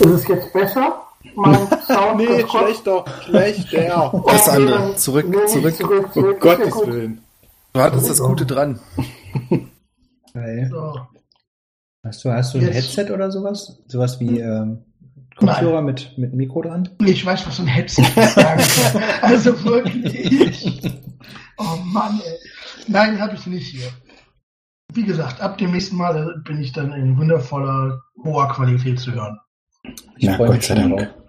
Ist es jetzt besser? Mein Sound Nee, ist kurz- schlechter, schlechter. Okay, Das andere. dann Zurück, nehme ich zurück. zurück, Um zurück. Ist ja Gottes gut. Willen. Du hattest das Gute dran. Geil. So. Hast du, hast du ein Jetzt- Headset oder sowas? Sowas wie ähm, Kopfhörer mit, mit Mikro dran? Ich weiß, was so ein Headset ist. danke. also wirklich. Oh Mann, ey. Nein, habe ich nicht hier. Wie gesagt, ab dem nächsten Mal bin ich dann in wundervoller, hoher Qualität zu hören. Ich Na, freu Gott mich sei schon Dank. drauf.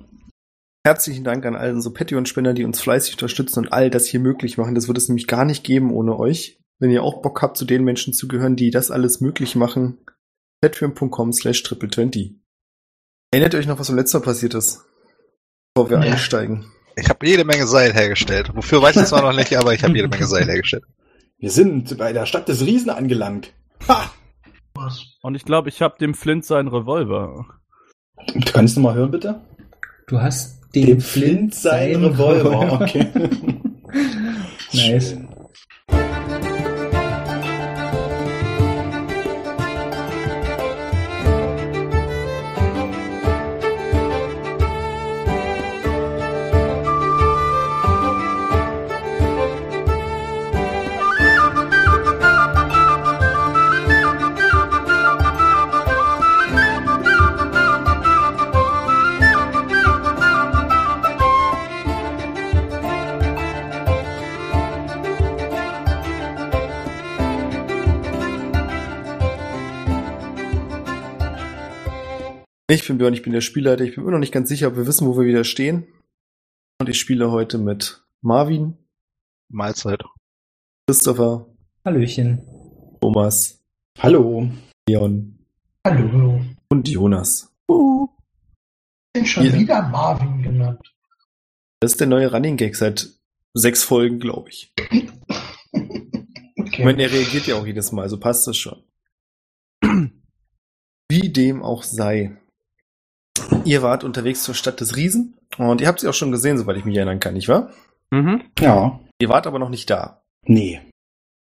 Herzlichen Dank an allen so Patreon-Spender, die uns fleißig unterstützen und all das hier möglich machen. Das würde es nämlich gar nicht geben ohne euch. Wenn ihr auch Bock habt, zu den Menschen zu gehören, die das alles möglich machen, patreon.com slash triple20. Erinnert ihr euch noch, was vom letzten Mal passiert ist? Bevor wir Ja. einsteigen. Ich habe jede Menge Seil hergestellt. Wofür weiß ich zwar noch nicht, aber ich habe jede Menge Seil hergestellt. Wir sind bei der Stadt des Riesen angelangt. Was? Und ich glaube, ich habe dem Flint seinen Revolver. Kannst du mal hören, bitte? Du hast den, den Flint sein seinen Revolver. Okay. Nice. Schön. Ich bin Björn, ich bin der Spielleiter. Ich bin immer noch nicht ganz sicher, ob wir wissen, wo wir wieder stehen. Und ich spiele heute mit Marvin, Mahlzeit. Christopher, Hallöchen. Thomas, Hallo. Leon Hallo. und Jonas. Bin schon Ja. wieder Marvin genannt. Das ist der neue Running Gag seit sechs Folgen, glaube ich. Ich Okay. meine, er reagiert ja auch jedes Mal, so passt das schon. Wie dem auch sei. Ihr wart unterwegs zur Stadt des Riesen und ihr habt sie auch schon gesehen, soweit ich mich erinnern kann, nicht wahr? Mhm. Ja. Ihr wart aber noch nicht da. Nee.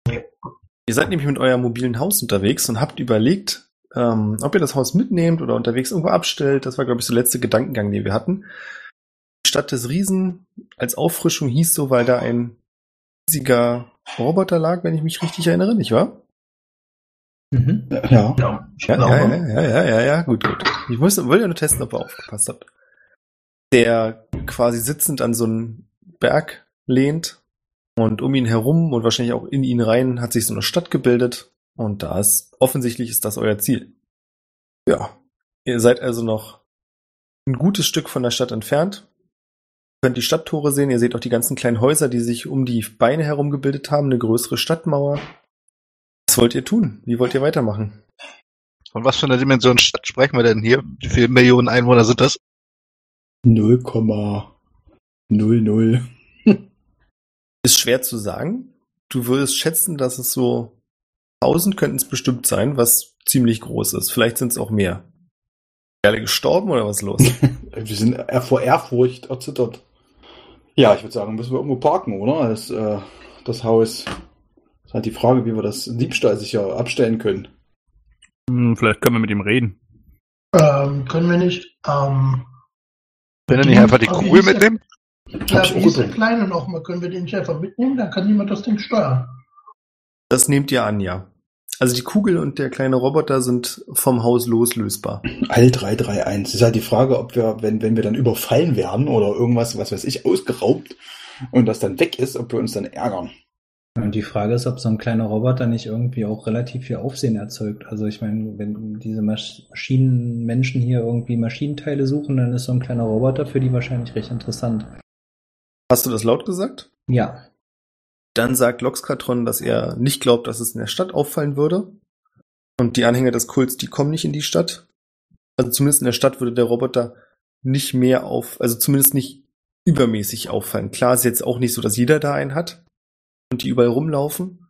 Ihr seid nämlich mit eurem mobilen Haus unterwegs und habt überlegt, ähm, ob ihr das Haus mitnehmt oder unterwegs irgendwo abstellt. Das war, glaube ich, so der letzte Gedankengang, den wir hatten. Die Stadt des Riesen als Auffrischung hieß so, weil da ein riesiger Roboter lag, wenn ich mich richtig erinnere, nicht wahr? Mhm. Ja. Ja, ich Ja, glaube. ja, ja, ja, ja, ja, ja, gut, gut. Ich muss, wollte ja nur testen, ob ihr aufgepasst habt. Der quasi sitzend an so einen Berg lehnt und um ihn herum und wahrscheinlich auch in ihn rein hat sich so eine Stadt gebildet und da ist, offensichtlich ist das euer Ziel. Ja, ihr seid also noch ein gutes Stück von der Stadt entfernt. Ihr könnt die Stadttore sehen, ihr seht auch die ganzen kleinen Häuser, die sich um die Beine herum gebildet haben, eine größere Stadtmauer. Was wollt ihr tun? Wie wollt ihr weitermachen? Von was für einer Dimension Stadt sprechen wir denn hier? Wie viele Millionen Einwohner sind das? 0,00. Ist schwer zu sagen. Du würdest schätzen, dass es so 1000 könnten es bestimmt sein, was ziemlich groß ist. Vielleicht sind es auch mehr. Sind Alle gestorben oder was los? Wir sind eher vor Ehrfurcht erzittert. Ja, ich würde sagen, müssen wir irgendwo parken, oder? Das, äh, das Haus. Das ist halt die Frage, wie wir das Diebstahl sicher abstellen können. Hm, vielleicht können wir mit ihm reden. Ähm, können wir nicht, ähm, Wenn er nicht Mhm. einfach die Kugel mitnehmen? ja, ich auch wie ist der gedacht. Kleine nochmal? Können wir den nicht einfach mitnehmen? Dann kann niemand das Ding steuern. Das nehmt ihr an, ja. Also die Kugel und der kleine Roboter sind vom Haus loslösbar. All 331. Ist halt die Frage, ob wir, wenn, wenn wir dann überfallen werden oder irgendwas, was weiß ich, ausgeraubt und das dann weg ist, ob wir uns dann ärgern. Und die Frage ist, ob so ein kleiner Roboter nicht irgendwie auch relativ viel Aufsehen erzeugt. Also ich meine, wenn diese Masch Maschinenmenschen hier irgendwie Maschinenteile suchen, dann ist so ein kleiner Roboter für die wahrscheinlich recht interessant. Hast du das laut gesagt? Ja. Dann sagt Loxkatron, dass er nicht glaubt, dass es in der Stadt auffallen würde. Und die Anhänger des Kults, die kommen nicht in die Stadt. Also zumindest in der Stadt würde der Roboter nicht mehr auf, also zumindest nicht übermäßig auffallen. Klar ist jetzt auch nicht so, dass jeder da einen hat und die überall rumlaufen.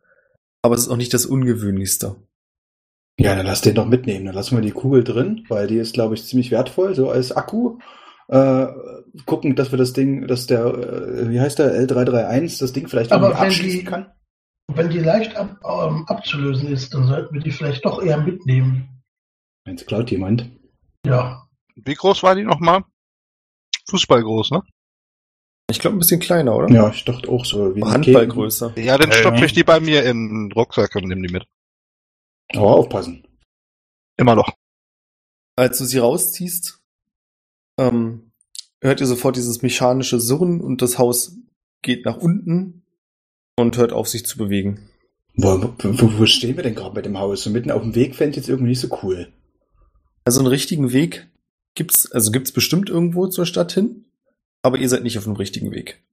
Aber es ist auch nicht das Ungewöhnlichste. Ja, dann lass den doch mitnehmen. Dann lassen wir die Kugel drin, weil die ist, glaube ich, ziemlich wertvoll, so als Akku. Äh, gucken, dass wir das Ding, dass der, äh, wie heißt der, L331, das Ding vielleicht Aber irgendwie wenn abschießen die- kann. Wenn die leicht ab, ähm, abzulösen ist, dann sollten wir die vielleicht doch eher mitnehmen. Jetzt klaut jemand. Ja. Wie groß war die nochmal? Fußball groß, ne? Ich glaube, ein bisschen kleiner, oder? Ja, ich dachte auch so. Wie Handball Raketen. größer. Ja, dann Ja, stopfe ja. ich die bei mir im Rucksack und nehme die mit. Aber aufpassen. Immer noch. Als du sie rausziehst, ähm, hört ihr sofort dieses mechanische Surren und das Haus geht nach unten und hört auf, sich zu bewegen. Wo, wo, wo stehen wir denn gerade mit dem Haus? So mitten auf dem Weg fände ich jetzt irgendwie nicht so cool. Also einen richtigen Weg gibt's, also gibt's bestimmt irgendwo zur Stadt hin, aber ihr seid nicht auf dem richtigen Weg.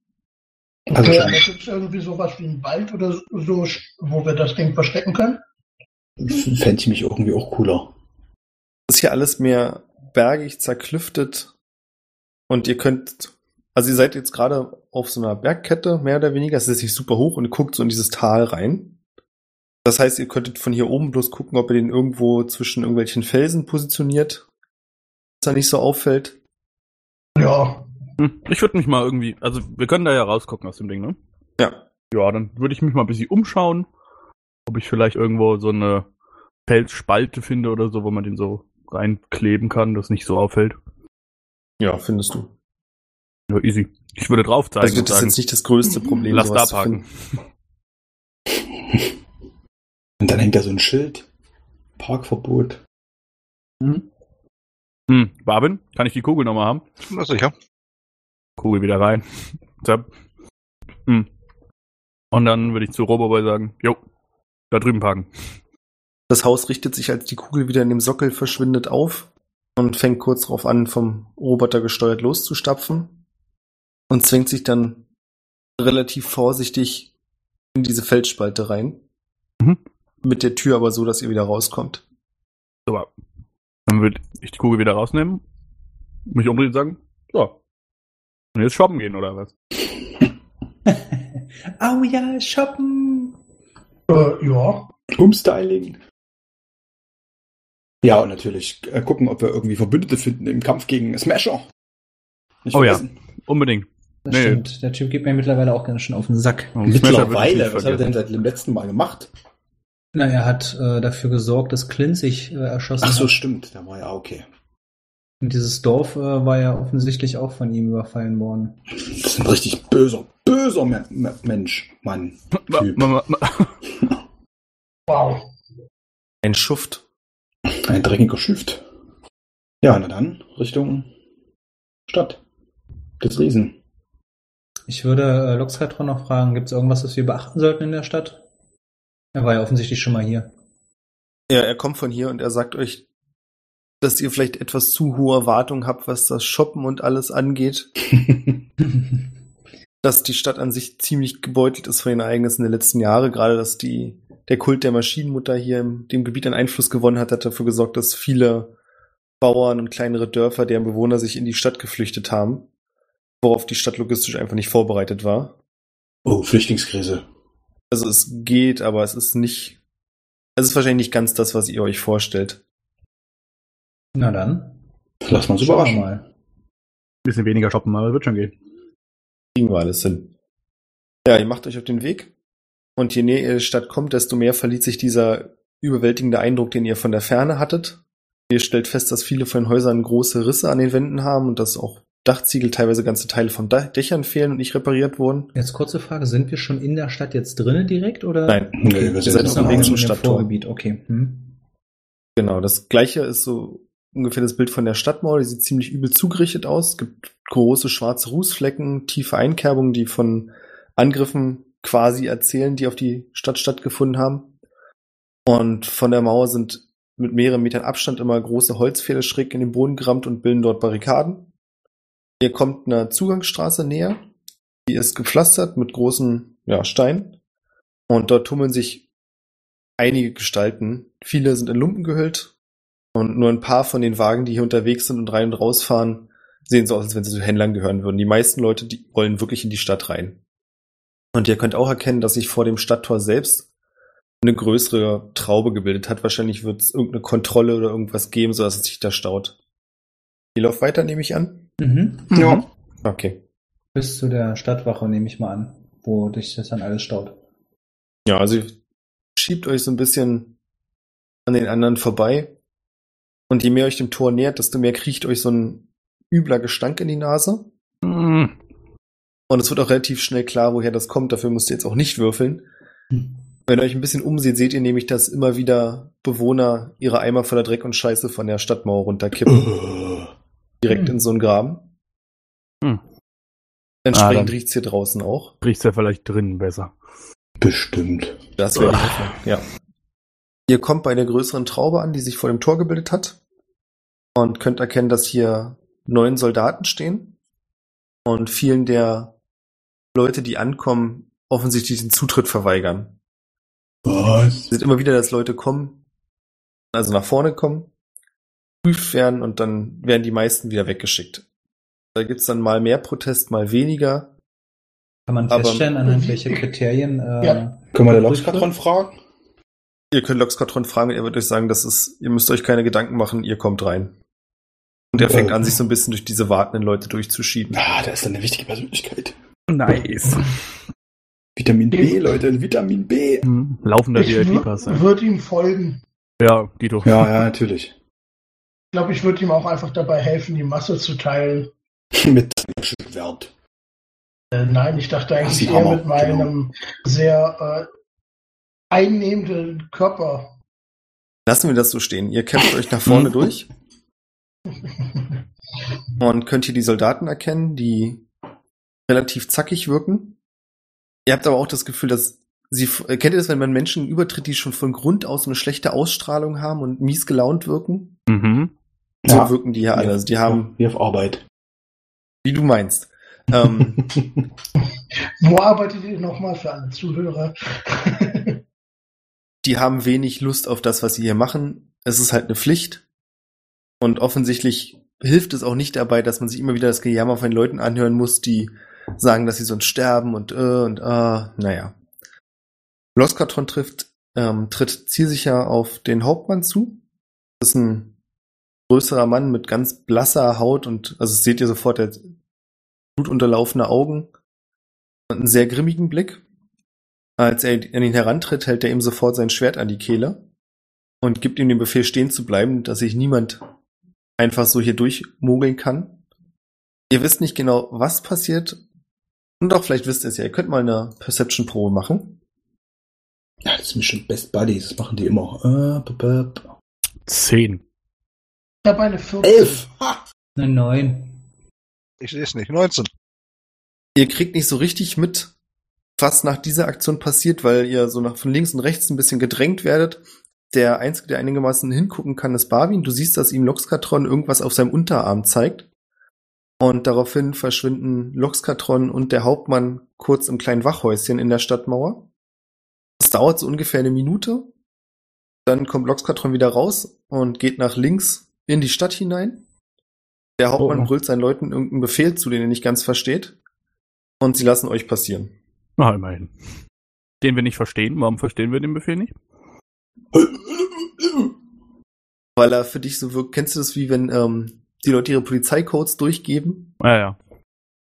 Also Okay, schon. aber gibt es irgendwie sowas wie einen Wald oder so, wo wir das Ding verstecken können? Fände Also, ich mich irgendwie auch cooler. Das ist hier alles mehr bergig, zerklüftet und ihr könnt, also ihr seid jetzt gerade auf so einer Bergkette, mehr oder weniger, es ist nicht super hoch und guckt so in dieses Tal rein. Das heißt, ihr könntet von hier oben bloß gucken, ob ihr den irgendwo zwischen irgendwelchen Felsen positioniert, dass er nicht so auffällt. Ja, Hm, Ich würde mich mal irgendwie, also wir können da ja rausgucken aus dem Ding, ne? Ja. Ja, dann würde ich mich mal ein bisschen umschauen, ob ich vielleicht irgendwo so eine Felsspalte finde oder so, wo man den so reinkleben kann, das nicht so auffällt. Ja, findest du. Ja, easy. Ich würde drauf zeigen Also und das ist sagen, jetzt nicht das größte Problem. lass da sowas zu parken. finden. Und dann hängt da so ein Schild. Parkverbot. Hm, Barbin, kann ich die Kugel nochmal haben? Na sicher. Kugel wieder rein. Zap. Hm. Und dann würde ich zu Roboboy sagen, jo, da drüben parken. Das Haus richtet sich, als die Kugel wieder in dem Sockel verschwindet, auf und fängt kurz darauf an, vom Roboter gesteuert loszustapfen und zwingt sich dann relativ vorsichtig in diese Felsspalte rein. Mhm. Mit der Tür aber so, dass ihr wieder rauskommt. Aber dann würde ich die Kugel wieder rausnehmen, mich umdrehen und sagen, so. Und jetzt shoppen gehen, oder was? Au Ah, oh ja, shoppen! äh, ja. Umstyling. Ja, und natürlich äh, gucken, ob wir irgendwie Verbündete finden im Kampf gegen Smasher. Nicht Oh ja. vergessen. Unbedingt. Das Nee. stimmt. Der Typ geht mir mittlerweile auch ganz schön auf den Sack. Und Smasher würde ich nicht Mittlerweile, was hat er vergessen. denn seit dem letzten Mal gemacht? Na, er hat äh, dafür gesorgt, dass Clint sich äh, erschossen Ach so, hat. stimmt. Da war ja okay. Und dieses Dorf äh, war ja offensichtlich auch von ihm überfallen worden. Das ist ein richtig böser, böser Me Me Mensch, Mann. Ma- Typ. ma- ma- ma- Wow. Ein Schuft. Ein dreckiger Schüft. Ja, na dann, Richtung Stadt. Des Riesen. Ich würde äh, Loxcatron noch fragen, gibt es irgendwas, was wir beachten sollten in der Stadt? Er war ja offensichtlich schon mal hier. Ja, er kommt von hier und er sagt euch, dass ihr vielleicht etwas zu hohe Erwartungen habt, was das Shoppen und alles angeht. dass die Stadt an sich ziemlich gebeutelt ist von den Ereignissen der letzten Jahre. Gerade, dass die, der Kult der Maschinenmutter hier in dem Gebiet einen Einfluss gewonnen hat, hat dafür gesorgt, dass viele Bauern und kleinere Dörfer, deren Bewohner sich in die Stadt geflüchtet haben, worauf die Stadt logistisch einfach nicht vorbereitet war. Oh, Flüchtlingskrise. Also es geht, aber es ist nicht, es ist wahrscheinlich nicht ganz das, was ihr euch vorstellt. Na dann, Lass mal uns schauen wir überraschen. mal. bisschen weniger shoppen, aber wird schon gehen. Kriegen wir alles hin. Ja, ihr macht euch auf den Weg. Und je näher ihr der Stadt kommt, desto mehr verliert sich dieser überwältigende Eindruck, den ihr von der Ferne hattet. Ihr stellt fest, dass viele von den Häusern große Risse an den Wänden haben und dass auch Dachziegel teilweise ganze Teile von Dach- Dächern fehlen und nicht repariert wurden. Jetzt kurze Frage, sind wir schon in der Stadt jetzt drinnen direkt oder? Nein, Okay, wir wir sind sind Seid jetzt noch auf am im dem Weg Weg zum zum Stadttor. Vorgebiet, okay. Hm. genau. Das gleiche ist so ungefähr das Bild von der Stadtmauer. Die sieht ziemlich übel zugerichtet aus. Es gibt große schwarze Rußflecken, tiefe Einkerbungen, die von Angriffen quasi erzählen, die auf die Stadt stattgefunden haben. Und von der Mauer sind mit mehreren Metern Abstand immer große Holzpfähle schräg in den Boden gerammt und bilden dort Barrikaden. Ihr kommt einer Zugangsstraße näher. Die ist gepflastert mit großen ja, Steinen. Und dort tummeln sich einige Gestalten. Viele sind in Lumpen gehüllt. Und nur ein paar von den Wagen, die hier unterwegs sind und rein und rausfahren, sehen so aus, als wenn sie zu Händlern gehören würden. Die meisten Leute, die wollen wirklich in die Stadt rein. Und ihr könnt auch erkennen, dass sich vor dem Stadttor selbst eine größere Traube gebildet hat. Wahrscheinlich wird es irgendeine Kontrolle oder irgendwas geben, sodass es sich da staut. Ihr lauft weiter, nehme ich an? Mhm. Ja. Okay. Bis zu der Stadtwache nehme ich mal an, wo dich das dann alles staut. Ja, also ihr schiebt euch so ein bisschen an den anderen vorbei. Und je mehr euch dem Tor nähert, desto mehr kriecht euch so ein übler Gestank in die Nase. Mm. Und es wird auch relativ schnell klar, woher das kommt. Dafür müsst ihr jetzt auch nicht würfeln. Hm. Wenn ihr euch ein bisschen umseht, seht ihr nämlich, dass immer wieder Bewohner ihre Eimer voller Dreck und Scheiße von der Stadtmauer runterkippen. Äh, direkt in so einen Graben. Hm. Ah, dann- Entsprechend riecht's hier draußen auch. Riecht's ja vielleicht drinnen besser. Bestimmt. Das wäre die Hoffnung, ja. Ihr kommt bei der größeren Traube an, die sich vor dem Tor gebildet hat. Und könnt erkennen, dass hier neun Soldaten stehen. Und vielen der Leute, die ankommen, offensichtlich den Zutritt verweigern. Was? Es ist immer wieder, dass Leute kommen, also nach vorne kommen, prüft werden und dann werden die meisten wieder weggeschickt. Da gibt's dann mal mehr Protest, mal weniger. Kann man Aber- feststellen, anhand welcher Kriterien äh, Ja. Können wir der Lokskatron fragen? Ihr könnt Loxkatron fragen und er wird euch sagen, das ist, ihr müsst euch keine Gedanken machen, ihr kommt rein. Und er fängt an, sich so ein bisschen durch diese wartenden Leute durchzuschieben. Ah, da ist eine wichtige Persönlichkeit. Nice. Vitamin B, Leute, Vitamin B. Hm, Laufender Ich VIP-Pass. ja. würde ihm folgen. Ja, Dito. Ja, ja, natürlich. Ich glaube, ich würde ihm auch einfach dabei helfen, die Masse zu teilen. Mit Schwert. Äh, nein, ich dachte Ach, genau. eigentlich die eher Hammer, mit meinem sehr äh, einnehmenden Körper. Lassen wir das so stehen. Ihr kämpft euch nach vorne durch und könnt hier die Soldaten erkennen, die relativ zackig wirken. Ihr habt aber auch das Gefühl, dass sie, kennt ihr das, wenn man Menschen übertritt, die schon von Grund aus eine schlechte Ausstrahlung haben und mies gelaunt wirken? Mhm. So Ja. wirken die hier alle. Also die haben, Wir auf Arbeit. wie du meinst. Ähm, Wo arbeitet ihr nochmal für alle Zuhörer? die haben wenig Lust auf das, was sie hier machen. Es ist halt eine Pflicht. Und offensichtlich hilft es auch nicht dabei, dass man sich immer wieder das Gejammer von den Leuten anhören muss, die sagen, dass sie sonst sterben und äh und ah, naja. Loskatron trifft, ähm, tritt zielsicher auf den Hauptmann zu. Das ist ein größerer Mann mit ganz blasser Haut und, also das seht ihr sofort, der hat blutunterlaufene Augen und einen sehr grimmigen Blick. Als er an ihn herantritt, hält er ihm sofort sein Schwert an die Kehle und gibt ihm den Befehl, stehen zu bleiben, dass sich niemand einfach so hier durchmogeln kann. Ihr wisst nicht genau, was passiert. Und doch, vielleicht wisst ihr es ja. Ihr könnt mal eine Perception-Probe machen. Ja, das sind schon Best Buddies, das machen die immer. Äh, bup, bup. Zehn. Ich habe eine 14. Elf! Ha! eine 9. Ich sehe es nicht. 19. Ihr kriegt nicht so richtig mit, was nach dieser Aktion passiert, weil ihr so nach von links und rechts ein bisschen gedrängt werdet. Der Einzige, der einigermaßen hingucken kann, ist Barwin. Du siehst, dass ihm Loxkatron irgendwas auf seinem Unterarm zeigt. Und daraufhin verschwinden Loxkatron und der Hauptmann kurz im kleinen Wachhäuschen in der Stadtmauer. Es dauert so ungefähr eine Minute. Dann kommt Loxkatron wieder raus und geht nach links in die Stadt hinein. Der Hauptmann Oh. brüllt seinen Leuten irgendeinen Befehl zu, den er nicht ganz versteht. Und sie lassen euch passieren. Na, immerhin. Den wir nicht verstehen. Warum verstehen wir den Befehl nicht? Weil er für dich so wirkt. Kennst du das wie wenn ähm, die Leute ihre Polizeicodes durchgeben? Ja, Ah, ja.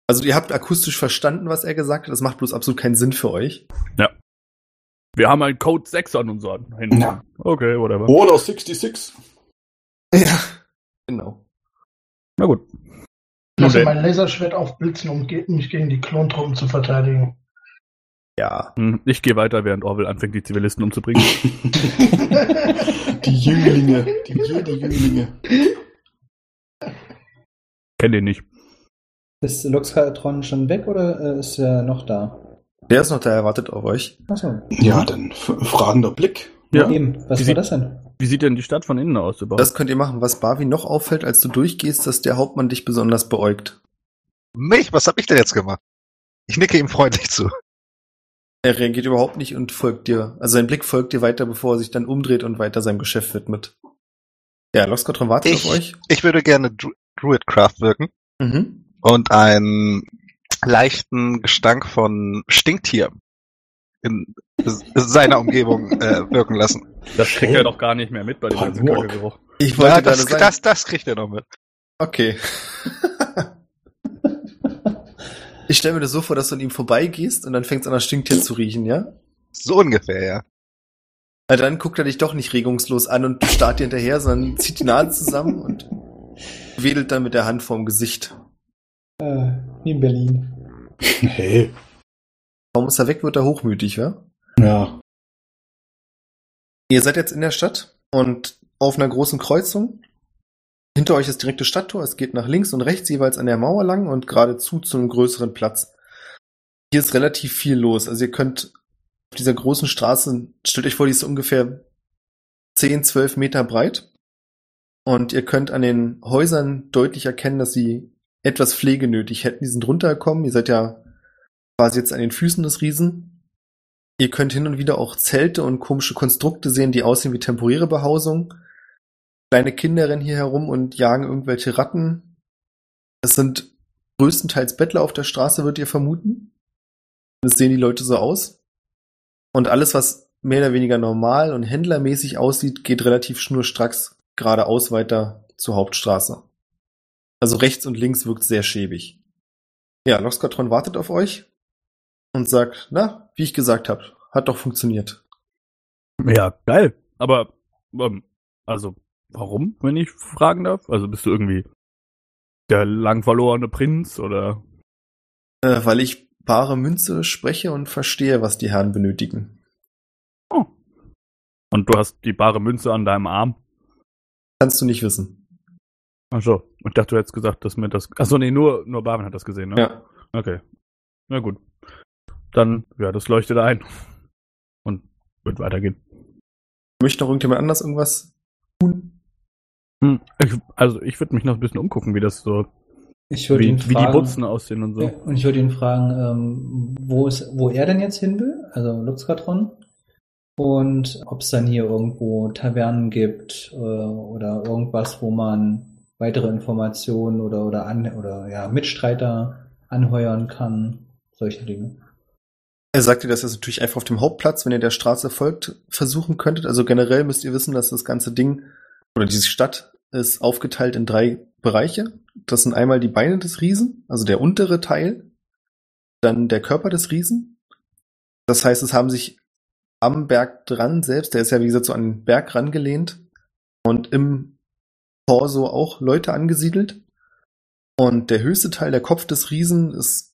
Also ihr habt akustisch verstanden, was er gesagt hat. Das macht bloß absolut keinen Sinn für euch. Wir haben einen Code 6 an uns an. Ja. Okay, whatever. Order 66. Ja. Genau. Na gut. Ich lasse Nun mein Laserschwert aufblitzen, um ge- mich gegen die Klontruppen zu verteidigen. Ja. Hm, Ich gehe weiter, während Orwell anfängt, die Zivilisten umzubringen. Die Jünglinge. Die Jedi-Jünglinge. Kenn den nicht. Ist Luxatron schon weg oder äh, ist er noch da? Der ist noch da, er wartet auf euch. Achso, Ja, dann f- fragender Blick. Ja. eben. Was Sie- war das denn? Wie sieht denn die Stadt von innen aus überhaupt? Das könnt ihr machen. Was Barwin noch auffällt, als du durchgehst, dass der Hauptmann dich besonders beäugt. Mich? Was habe ich denn jetzt gemacht? Ich nicke ihm freundlich zu. Er reagiert überhaupt nicht und folgt dir. Also sein Blick folgt dir weiter, bevor er sich dann umdreht und weiter seinem Geschäft widmet. Ja, Loskotron wartet Ich- auf euch. Ich würde gerne Dru Druidcraft wirken Mhm. und einen leichten Gestank von Stinktier in seiner Umgebung äh, wirken lassen. Das kriegt er doch gar nicht mehr mit bei dem Boah, ganzen Murk. Kackegeruch. Ich wollte Ja, das, gerade sagen. das, das kriegt er noch mit. Okay. ich stelle mir das so vor, dass du an ihm vorbeigehst und dann fängst an, das Stinktier zu riechen, ja? So ungefähr, ja. Na dann guckt er dich doch nicht regungslos an und starrt dir hinterher, sondern zieht die Nase zusammen und wedelt dann mit der Hand vorm Gesicht. Äh, wie in Berlin. Hey. Kaum ist er weg, wird er hochmütig, ja? Ja. Ihr seid jetzt in der Stadt und auf einer großen Kreuzung. Hinter euch ist direkt das Stadttor. Es geht nach links und rechts jeweils an der Mauer lang und geradezu zu einem größeren Platz. Hier ist relativ viel los. Also ihr könnt auf dieser großen Straße, stellt euch vor, die ist ungefähr 10, 12 Meter breit. Und ihr könnt an den Häusern deutlich erkennen, dass sie etwas Pflege nötig hätten. Die sind runtergekommen. Ihr seid ja quasi jetzt an den Füßen des Riesen. Ihr könnt hin und wieder auch Zelte und komische Konstrukte sehen, die aussehen wie temporäre Behausung. Kleine Kinder rennen hier herum und jagen irgendwelche Ratten. Es sind größtenteils Bettler auf der Straße, würdet ihr vermuten. Das sehen die Leute so aus. Und alles, was mehr oder weniger normal und händlermäßig aussieht, geht relativ schnurstracks geradeaus weiter zur Hauptstraße. Also rechts und links wirkt sehr schäbig. Ja, Loxcatron wartet auf euch und sagt, na, wie ich gesagt habe, hat doch funktioniert. Ja, geil. Aber, ähm, also, warum, wenn ich fragen darf? Also bist du irgendwie der lang verlorene Prinz oder? Äh, weil ich bare Münze spreche und verstehe, was die Herren benötigen. Und du hast die bare Münze an deinem Arm? Kannst du nicht wissen. Achso, ich dachte, du hättest gesagt, dass mir das. Achso, nee, nur, nur Barwin hat das gesehen, ne? Ja. Okay. Na gut. Dann, ja, das leuchtet ein. Und wird weitergehen. Möchte noch irgendjemand anders irgendwas? Hm. Ich, also, ich würde mich noch ein bisschen umgucken, wie das so. Ich würde Wie, ihn wie fragen, die Butzen aussehen und so. Ja, und ich würde ihn fragen, ähm, wo, ist, wo er denn jetzt hin will, also Luxkatron. Und ob es dann hier irgendwo Tavernen gibt äh, oder irgendwas, wo man weitere Informationen oder oder an oder ja Mitstreiter anheuern kann, solche Dinge. Er sagte, dass ihr es natürlich einfach auf dem Hauptplatz, wenn ihr der Straße folgt, versuchen könntet. Also generell müsst ihr wissen, dass das ganze Ding oder diese Stadt ist aufgeteilt in drei Bereiche. Das sind einmal die Beine des Riesen, also der untere Teil, dann der Körper des Riesen. Das heißt, es haben sich am Berg dran selbst, der ist ja wie gesagt so an den Berg rangelehnt und im Torso auch Leute angesiedelt. Und der höchste Teil, der Kopf des Riesen, ist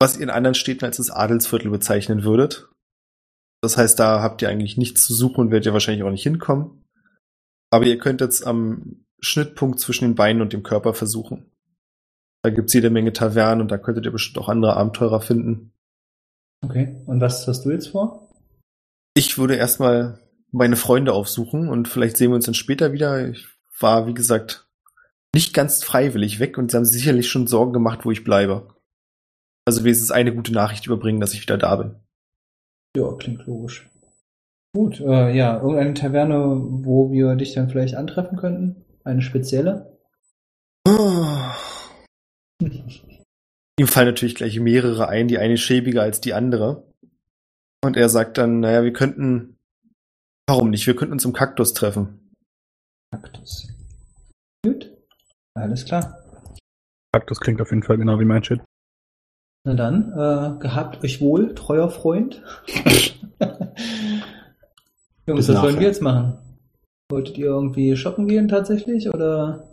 was ihr in anderen Städten als das Adelsviertel bezeichnen würdet. Das heißt, da habt ihr eigentlich nichts zu suchen und werdet ihr wahrscheinlich auch nicht hinkommen. Aber ihr könnt jetzt am Schnittpunkt zwischen den Beinen und dem Körper versuchen. Da gibt's jede Menge Tavernen und da könntet ihr bestimmt auch andere Abenteurer finden. Okay. Und was hast du jetzt vor? Ich würde erstmal meine Freunde aufsuchen und vielleicht sehen wir uns dann später wieder. Ich war, wie gesagt, nicht ganz freiwillig weg und sie haben sich sicherlich schon Sorgen gemacht, wo ich bleibe. Also wenigstens eine gute Nachricht überbringen, dass ich wieder da bin. Ja, klingt logisch. Gut, äh, ja, irgendeine Taverne, wo wir dich dann vielleicht antreffen könnten? Eine spezielle? Ihm Oh. fallen natürlich gleich mehrere ein, die eine schäbiger als die andere. Und er sagt dann, naja, wir könnten. Warum nicht? Wir könnten uns im Kaktus treffen. Kaktus. Gut. Alles klar. Das klingt auf jeden Fall genau wie mein Shit. Na dann, äh, gehabt euch wohl, treuer Freund. Jungs, Bis was wollen nachher. wir jetzt machen? Wolltet ihr irgendwie shoppen gehen tatsächlich oder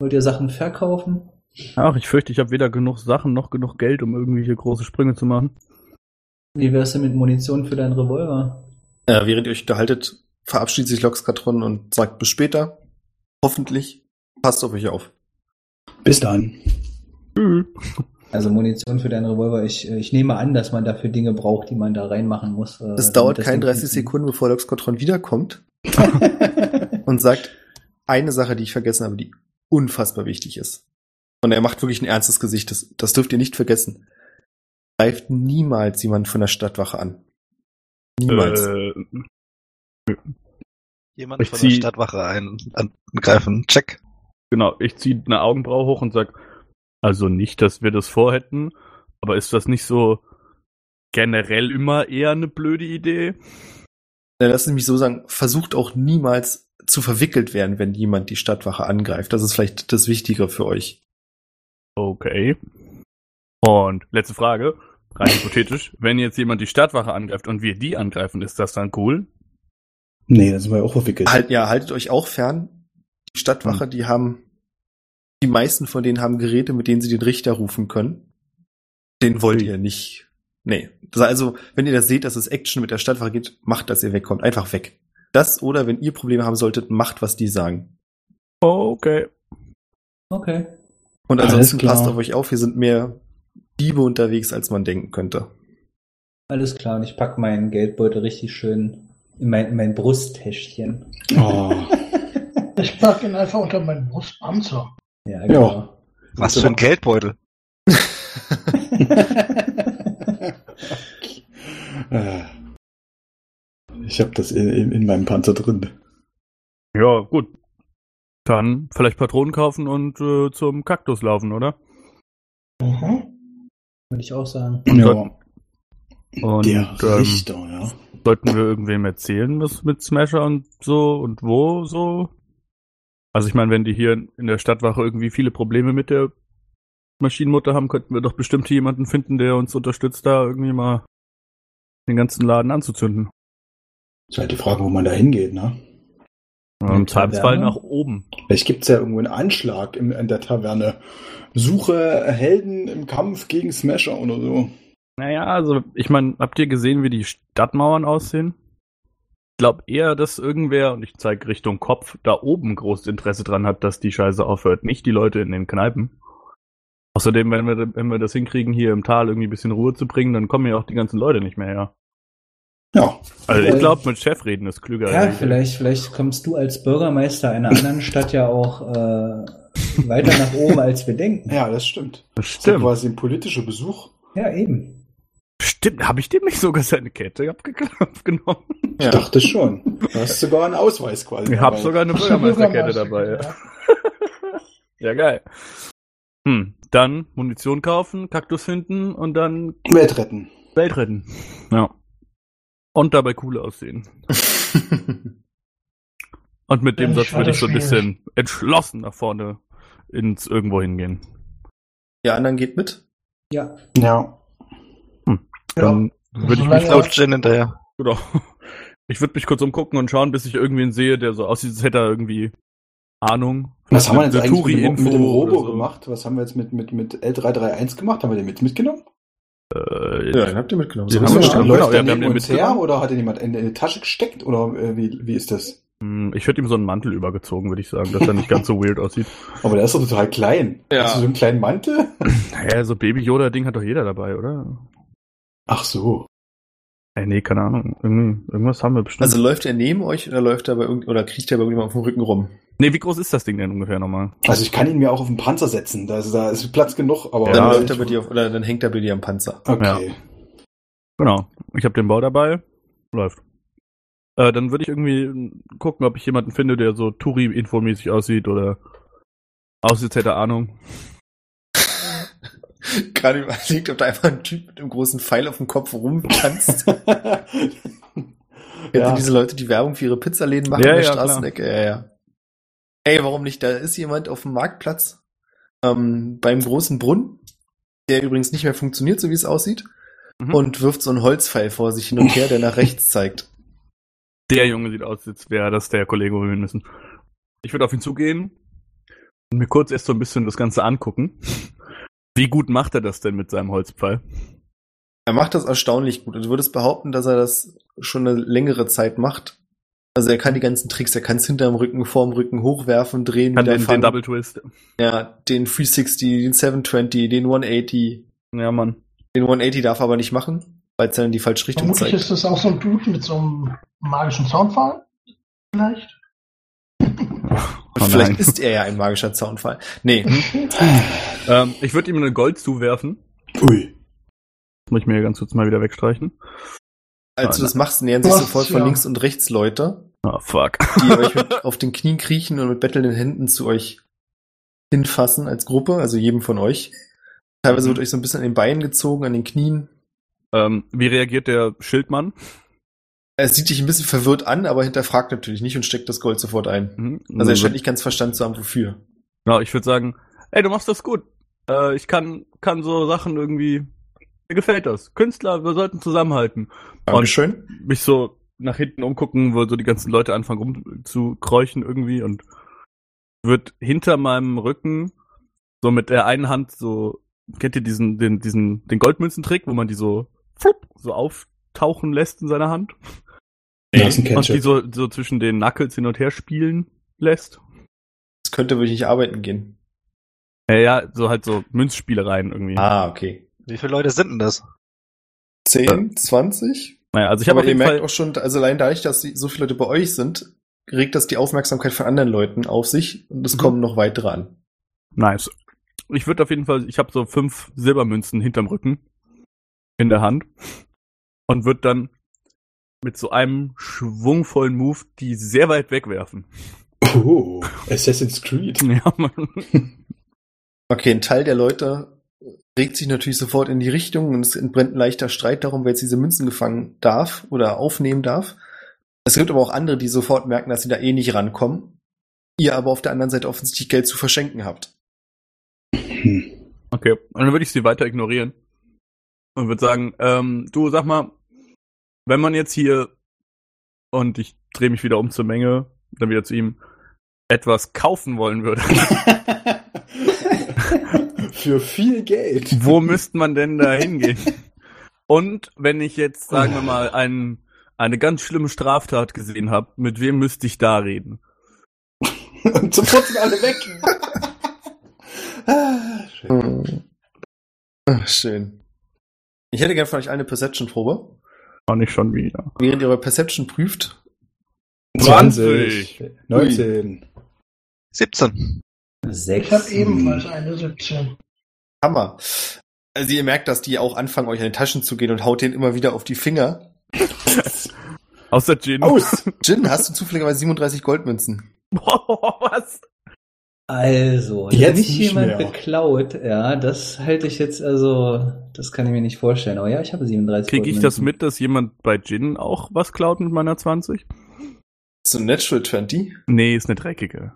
wollt ihr Sachen verkaufen? Ach, ich fürchte, ich habe weder genug Sachen noch genug Geld, um irgendwie hier große Sprünge zu machen. Wie wär's denn mit Munition für deinen Revolver? Äh, während ihr euch unterhaltet, verabschiedet sich Loxkatron und sagt bis später. Hoffentlich. Passt auf euch auf. Bis dann. Also Munition für deinen Revolver, ich, äh, ich nehme an, dass man dafür Dinge braucht, die man da reinmachen muss. äh, Es damit dauert das keine Ding 30 funktioniert. Sekunden, bevor Loxkatron wiederkommt und sagt eine Sache, die ich vergessen habe, die unfassbar wichtig ist. Und er macht wirklich ein ernstes Gesicht. Das, das dürft ihr nicht vergessen. Greift niemals jemand von der Stadtwache an. Niemals. Äh, Jemand Ich von der zieh- Stadtwache ein, angreifen. Check. genau, ich ziehe eine Augenbraue hoch und sag, also nicht, dass wir das vorhätten, aber ist das nicht so generell immer eher eine blöde Idee? Na, Lass es mich so sagen, versucht auch niemals zu verwickelt werden, wenn jemand die Stadtwache angreift. Das ist vielleicht das Wichtigere für euch. Okay. Und letzte Frage, rein hypothetisch, wenn jetzt jemand die Stadtwache angreift und wir die angreifen, ist das dann cool? Nee, da sind wir ja auch verwickelt. Halt, ja, haltet euch auch fern. Die Stadtwache, die haben, die meisten von denen haben Geräte, mit denen sie den Richter rufen können. Den wollt ihr nicht. Nee. Das heißt also, wenn ihr das seht, dass es Action mit der Stadtwache geht, macht, dass ihr wegkommt. Einfach weg. Das oder wenn ihr Probleme haben solltet, macht, was die sagen. Okay. Okay. Und Alles ansonsten klar. passt auf euch auf, hier sind mehr Diebe unterwegs, als man denken könnte. Alles klar, und ich pack meinen Geldbeutel richtig schön in mein, in mein Brusttäschchen. Oh. Ich packe ihn einfach unter meinen Brustpanzer. Ja, genau. Was für ein Geldbeutel. Äh, Ich habe das in, in, in meinem Panzer drin. Ja, gut. Dann vielleicht Patronen kaufen und äh, zum Kaktus laufen, oder? Mhm. Würde ich auch sagen. Ja, Oh Und der ähm, Richter, ja. sollten wir irgendwem erzählen, was mit Smasher und so und wo so? Also ich meine, wenn die hier in der Stadtwache irgendwie viele Probleme mit der Maschinenmutter haben, könnten wir doch bestimmt hier jemanden finden, der uns unterstützt, da irgendwie mal den ganzen Laden anzuzünden. Ist halt die Frage, wo man da hingeht, ne? Im Zweifelsfall Taverne? nach oben. Vielleicht gibt's ja irgendwo einen Anschlag in, in der Taverne. Suche Helden im Kampf gegen Smasher oder so. Naja, also ich meine, habt ihr gesehen, wie die Stadtmauern aussehen? Ich glaube eher, dass irgendwer, und ich zeige Richtung Kopf, da oben großes Interesse dran hat, dass die Scheiße aufhört, nicht die Leute in den Kneipen. Außerdem, wenn wir, wenn wir das hinkriegen, hier im Tal irgendwie ein bisschen Ruhe zu bringen, dann kommen ja auch die ganzen Leute nicht mehr her. Ja. Also ich glaube, mit Chef reden ist klüger. Ja, als ich. vielleicht, vielleicht kommst du als Bürgermeister einer anderen Stadt ja auch äh, weiter nach oben, als wir denken. Ja, das stimmt. Das Das war Stimmt. quasi ein politischer Besuch. Ja, eben. Stimmt, habe ich dem nicht sogar seine Kette abgenommen? Ich dachte schon. Du hast sogar einen Ausweis quasi. Ich habe dabei. sogar eine Bürgermeisterkette dabei. Ja. Ja, geil. Hm, dann Munition kaufen, Kaktus finden und dann Welt retten. Welt retten. Ja. Und dabei cool aussehen. und mit dem Ja, Satz schade, würde ich so ein schwierig. bisschen entschlossen nach vorne ins irgendwo hingehen. Ihr anderen geht mit? Ja. Ja. Dann würde ich Solange- mich Ich lauf Jen hinterher. genau. Ich würde mich kurz umgucken und schauen, bis ich irgendwen sehe, der so aussieht, als hätte er irgendwie Ahnung. Äh, Was haben wir jetzt Eine eigentlich mit dem, Touri-Info mit dem Robo oder so. gemacht? Was haben wir jetzt mit, mit, mit L331 gemacht? Haben wir den mit, mitgenommen? Äh, Ja, den habt ihr mitgenommen. Den So haben wir ist es schon. schon. genau, Läuft ja, der wir haben neben den uns her mitgenommen. oder hat ihn jemand in, in die Tasche gesteckt oder äh, wie, wie ist das? hm, Ich hätte ihm so einen Mantel übergezogen, würde ich sagen, dass er nicht ganz so weird aussieht. Aber der ist doch total klein. Ja. Hast du so einen kleinen Mantel? Naja, so Baby-Yoda-Ding hat doch jeder dabei, oder? Ach so. Ey, nee, keine Ahnung. Irgendwie, irgendwas haben wir bestimmt. Also läuft er neben euch oder läuft er bei irgend oder kriecht er bei irgendjemandem auf dem Rücken rum? nee, wie groß ist das Ding denn ungefähr nochmal? Also ich kann ihn mir auch auf den Panzer setzen. Da ist, da ist Platz genug. Aber Dann Ja, läuft er bei dir auf, oder dann hängt er bei dir am Panzer. Okay. Genau. Ich habe den Bau dabei. Läuft. Äh, dann würde ich irgendwie gucken, ob ich jemanden finde, der so Touri-infomäßig aussieht oder aussieht, als hätte er Ahnung. Gerade überlegt, ob da einfach ein Typ mit einem großen Pfeil auf dem Kopf rumtanzt. Kennst ja. du diese Leute, die Werbung für ihre Pizzaläden machen Ja, an der ja, Straßenecke? Ja, ja. Ey, warum nicht? Da ist jemand auf dem Marktplatz ähm, beim großen Brunnen, der übrigens nicht mehr funktioniert, so wie es aussieht, Mhm. und wirft so einen Holzpfeil vor sich hin und her, der nach rechts zeigt. Der Junge sieht aus, als wäre das der Kollege, wo wir hin müssen. Ich würde auf ihn zugehen und mir kurz erst so ein bisschen das Ganze angucken. Wie gut macht er das denn mit seinem Holzpfeil? Er macht das erstaunlich gut. Und du würdest behaupten, dass er das schon eine längere Zeit macht. Also er kann die ganzen Tricks, er kann es hinterm Rücken, vorm Rücken hochwerfen, drehen, Kann den, den fangen. Double Twist. Ja, den 360, den 720, den 180. Ja, Mann. Den 180 darf er aber nicht machen, weil es dann in die falsche Richtung Vermutlich zeigt. ist das auch so ein Dude mit so einem magischen Soundfall. Vielleicht. Oh Vielleicht nein. ist er ja ein magischer Zaunfall. Nee, Ähm, ich würde ihm eine Gold zuwerfen. Ui. Das muss ich mir ganz kurz mal wieder wegstreichen. Oh als du also das machst, nähern sich Ach, sofort von ja. links und rechts Leute, Ah, fuck. die euch mit auf den Knien kriechen und mit bettelnden Händen zu euch hinfassen als Gruppe, also jedem von euch. Teilweise Mhm. wird euch so ein bisschen an den Beinen gezogen, an den Knien. Ähm, wie reagiert der Schildmann? Er sieht dich ein bisschen verwirrt an, aber hinterfragt natürlich nicht und steckt das Gold sofort ein. Mhm. Also er scheint nicht ganz verstanden zu haben, wofür. Ja, ich würde sagen, ey, du machst das gut. Äh, ich kann, kann so Sachen irgendwie. Mir gefällt das. Künstler, wir sollten zusammenhalten. Dankeschön. Mich so nach hinten umgucken, wo so die ganzen Leute anfangen rumzukräuchen irgendwie und wird hinter meinem Rücken so mit der einen Hand so, kennt ihr diesen, den, diesen, den Goldmünzentrick, wo man die so, flupp, so auftauchen lässt in seiner Hand? Nice and Und die Ketchup. so, so zwischen den Knuckles hin und her spielen lässt? Das könnte wirklich nicht arbeiten gehen. Ja, ja, so halt so Münzspielereien irgendwie. Ah, okay. Wie viele Leute sind denn das? 10, 20? Naja, also ich habe Aber auf ihr jeden merkt Fall, auch schon, also allein dadurch, dass die- so viele Leute bei euch sind, regt das die Aufmerksamkeit von anderen Leuten auf sich und es Mhm. kommen noch weitere an. nice. Ich würde auf jeden Fall, ich habe so fünf Silbermünzen hinterm Rücken in der Hand und würde dann mit so einem schwungvollen Move die sehr weit wegwerfen. Oh, Assassin's Creed. Ja, Mann. Okay, ein Teil der Leute regt sich natürlich sofort in die Richtung und es entbrennt ein leichter Streit darum, wer jetzt diese Münzen gefangen darf oder aufnehmen darf. Es gibt aber auch andere, die sofort merken, dass sie da eh nicht rankommen. Ihr aber auf der anderen Seite offensichtlich Geld zu verschenken habt. Hm. Okay, und dann würde ich sie weiter ignorieren und würde sagen, ähm, du sag mal, wenn man jetzt hier und ich drehe mich wieder um zur Menge, dann wieder zu ihm, etwas kaufen wollen würde, Für viel Geld. wo müsste man denn da hingehen? Und wenn ich jetzt, sagen wir mal, einen, eine ganz schlimme Straftat gesehen habe, mit wem müsste ich da reden? Und zum Putzen alle weg. Ah, schön. Ach, schön. Ich hätte gerne von euch eine Perception-Probe. Auch nicht schon wieder. Während ihr eure Perception prüft, 20. 19. 17. Sechs. Ich habe ebenfalls eine 17. Hammer. Also ihr merkt, dass die auch anfangen, euch in die Taschen zu gehen und haut denen immer wieder auf die Finger. Außer Jin. Aus! Jin, hast du zufälligerweise 37 Goldmünzen? Was? Also, Jetzt jetzt mich nicht jemand mehr. beklaut, ja, das halte ich jetzt, also, das kann ich mir nicht vorstellen. Aber ja, ich habe 37 Kriege ich das Goldmünzen. mit, dass jemand bei Jin auch was klaut mit meiner 20? So Natural 20. Du Nee, ist eine dreckige.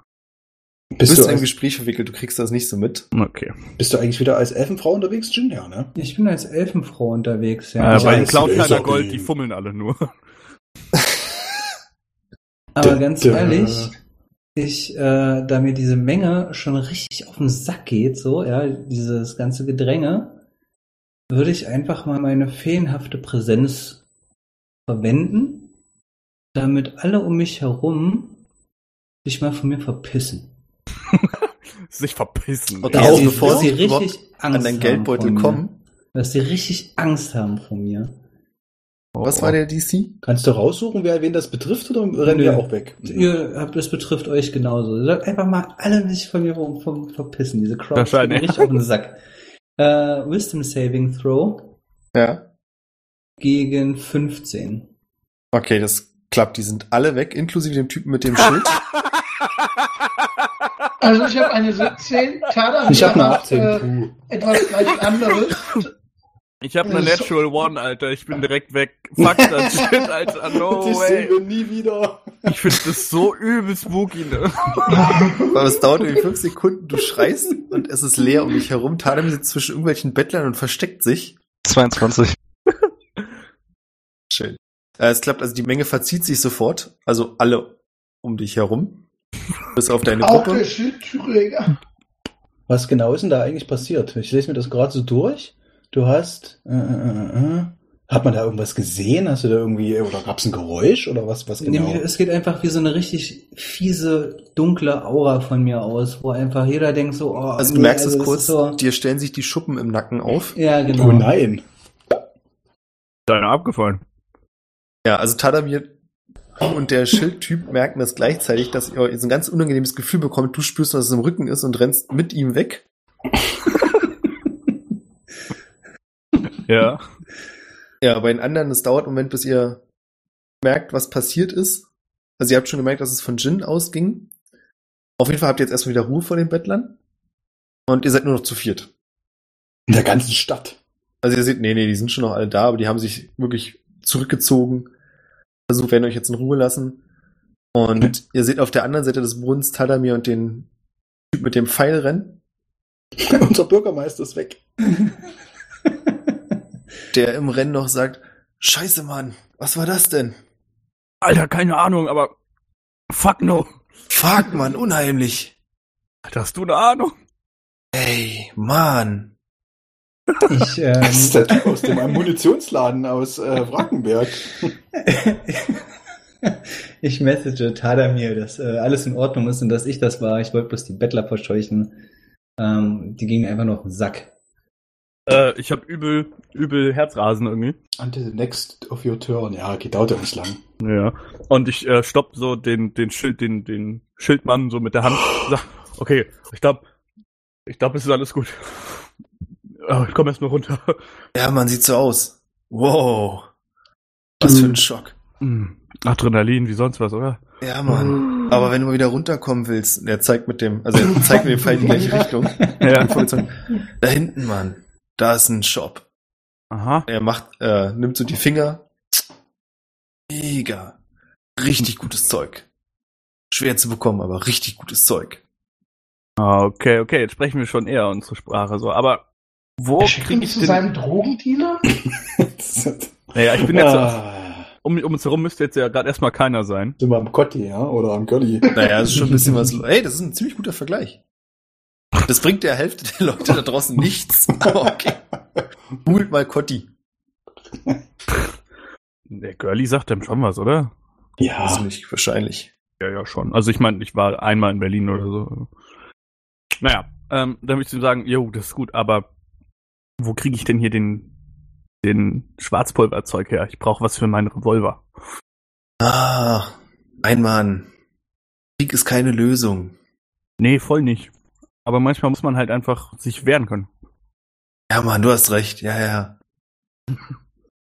Bist, bist du in ein als, Gespräch verwickelt, du kriegst das nicht so mit. Okay. bist du eigentlich wieder als Elfenfrau unterwegs, Jin? Ja, ne? Ich bin als Elfenfrau unterwegs, ja. Ja, ich äh, bei den weiß, Cloud ist keiner auch Gold, nie. die fummeln alle nur. Aber ganz Dö, dö. ehrlich, ich, äh, da mir diese Menge schon richtig auf den Sack geht, so, ja, dieses ganze Gedränge, würde ich einfach mal meine feenhafte Präsenz verwenden, damit alle um mich herum sich mal von mir verpissen. Sich verpissen. Okay, Ja, also sie- bevor dass sie sie richtig richtig Angst an deinen haben Geldbeutel von mir. kommen. Dass die richtig Angst haben von mir. Oh, Was war der DC? Kannst du raussuchen, wer wen das betrifft, oder rennen Nö. wir auch weg? Ihr habt, das betrifft euch genauso. Ihr sollt einfach mal alle sich von mir rum, vom, verpissen. Diese Crowd Das scheint, geht mir ja. richtig auf den Sack. Äh, Wisdom Saving Throw Ja. gegen 15. Okay, das klappt. Die sind alle weg, inklusive dem Typen mit dem Schild. Also ich habe eine 17. Tada, Ich habe eine 18. Äh, Puh. etwas gleich anderes. Ich hab Äh, ne Natural One, Alter. Ich bin direkt weg. Fuck that shit, Alter. No Dich sehen way. wir nie wieder. Ich find das so übel spooky, ne? Aber es dauert irgendwie fünf Sekunden, du schreist und es ist leer um dich herum. Tadem sitzt zwischen irgendwelchen Bettlern und versteckt sich. 22. Schön. Äh, es klappt, also die Menge verzieht sich sofort. Also alle um dich herum. Bis auf deine Auch der Gruppe. Schildträger. Was genau ist denn da eigentlich passiert? Ich lese mir das gerade so durch. Du hast. Äh, äh, äh, äh. Hat man da irgendwas gesehen? Hast du da irgendwie. Oder gab es ein Geräusch? Oder was, was genau? Nämlich, es geht einfach wie so eine richtig fiese, dunkle Aura von mir aus, wo einfach jeder denkt so, oh, Also du nee, merkst es ist kurz, So, dir stellen sich die Schuppen im Nacken auf. ja, genau. Oh nein. Deine abgefallen. Ja, also Tadamir und der Schildtyp merken das gleichzeitig, dass ihr jetzt ein ganz unangenehmes Gefühl bekommt. Du spürst, dass es im Rücken ist und rennst mit ihm weg. Ja. Ja, bei den anderen, es dauert einen Moment, bis ihr merkt, was passiert ist. Also ihr habt schon gemerkt, dass es von Jin ausging. Auf jeden Fall habt ihr jetzt erstmal wieder Ruhe vor den Bettlern. Und ihr seid nur noch zu viert. In der ganzen Stadt. Also ihr seht, nee, nee, die sind schon noch alle da, aber die haben sich wirklich zurückgezogen. Versucht, werden euch jetzt in Ruhe lassen. Und ihr seht auf der anderen Seite des Brunnens Tadamir und den Typ mit dem Pfeil rennen, Unser Bürgermeister ist weg. der im Rennen noch sagt, Scheiße, Mann, was war das denn? Alter, keine Ahnung, aber fuck no. Fuck, Mann, unheimlich. Alter, hast du eine Ahnung? Ey, Mann. Ich, Das ist ähm, der Typ aus dem Munitionsladen aus äh, Wrackenberg. ich message Tadamir, dass äh, alles in Ordnung ist und dass ich das war. Ich wollte bloß die Bettler verscheuchen. Ähm, die gingen einfach nur auf den Sack. Äh, ich hab übel, übel Herzrasen irgendwie. Until the next of your turn. Ja, geht dauert ja nicht lang. Ja. Und ich äh, stopp so den, den Schild, den, den Schildmann so mit der Hand. Sag, okay, ich glaube, ich glaube, es ist alles gut. Äh, Aber ich komme erstmal runter. Ja, man sieht so aus. Wow. Was für ein Schock. Hm, Adrenalin, wie sonst was, oder? Ja, Mann. Aber wenn du mal wieder runterkommen willst, der zeigt mit dem, also er zeigt mit dem Pfeil in die gleiche Richtung. Ja. Im Horizont. Da hinten, Mann. Da ist ein Shop. Aha. Er macht, äh, nimmt so die Finger. Mega. Richtig gutes Zeug. Schwer zu bekommen, aber richtig gutes Zeug. Ah, Okay, okay, jetzt sprechen wir schon eher unsere Sprache so. Aber wo Er schickt krieg ihn ich zu denn... seinem Drogendealer? Naja, ich bin jetzt... ah, Um, um uns herum müsste jetzt ja gerade erstmal keiner sein. sind wir am Kotti, ja? Oder am Golli? Naja, das ist schon ein bisschen was. Ey, das ist ein ziemlich guter Vergleich. Das bringt der Hälfte der Leute da draußen nichts. Aber okay. Googelt mal Cotti. Der Girlie sagt dem schon was, oder? Ja. Ziemlich wahrscheinlich. Ja, ja, schon. Also ich meine, ich war einmal in Berlin oder so. Naja, ähm, dann würde ich ihm sagen, jo, das ist gut, aber wo kriege ich denn hier den, den Schwarzpulverzeug her? Ich brauche was für meinen Revolver. Ah, ein Mann. Krieg ist keine Lösung. Nee, voll nicht. Aber manchmal muss man halt einfach sich wehren können. Ja, Mann, du hast recht. Ja, ja.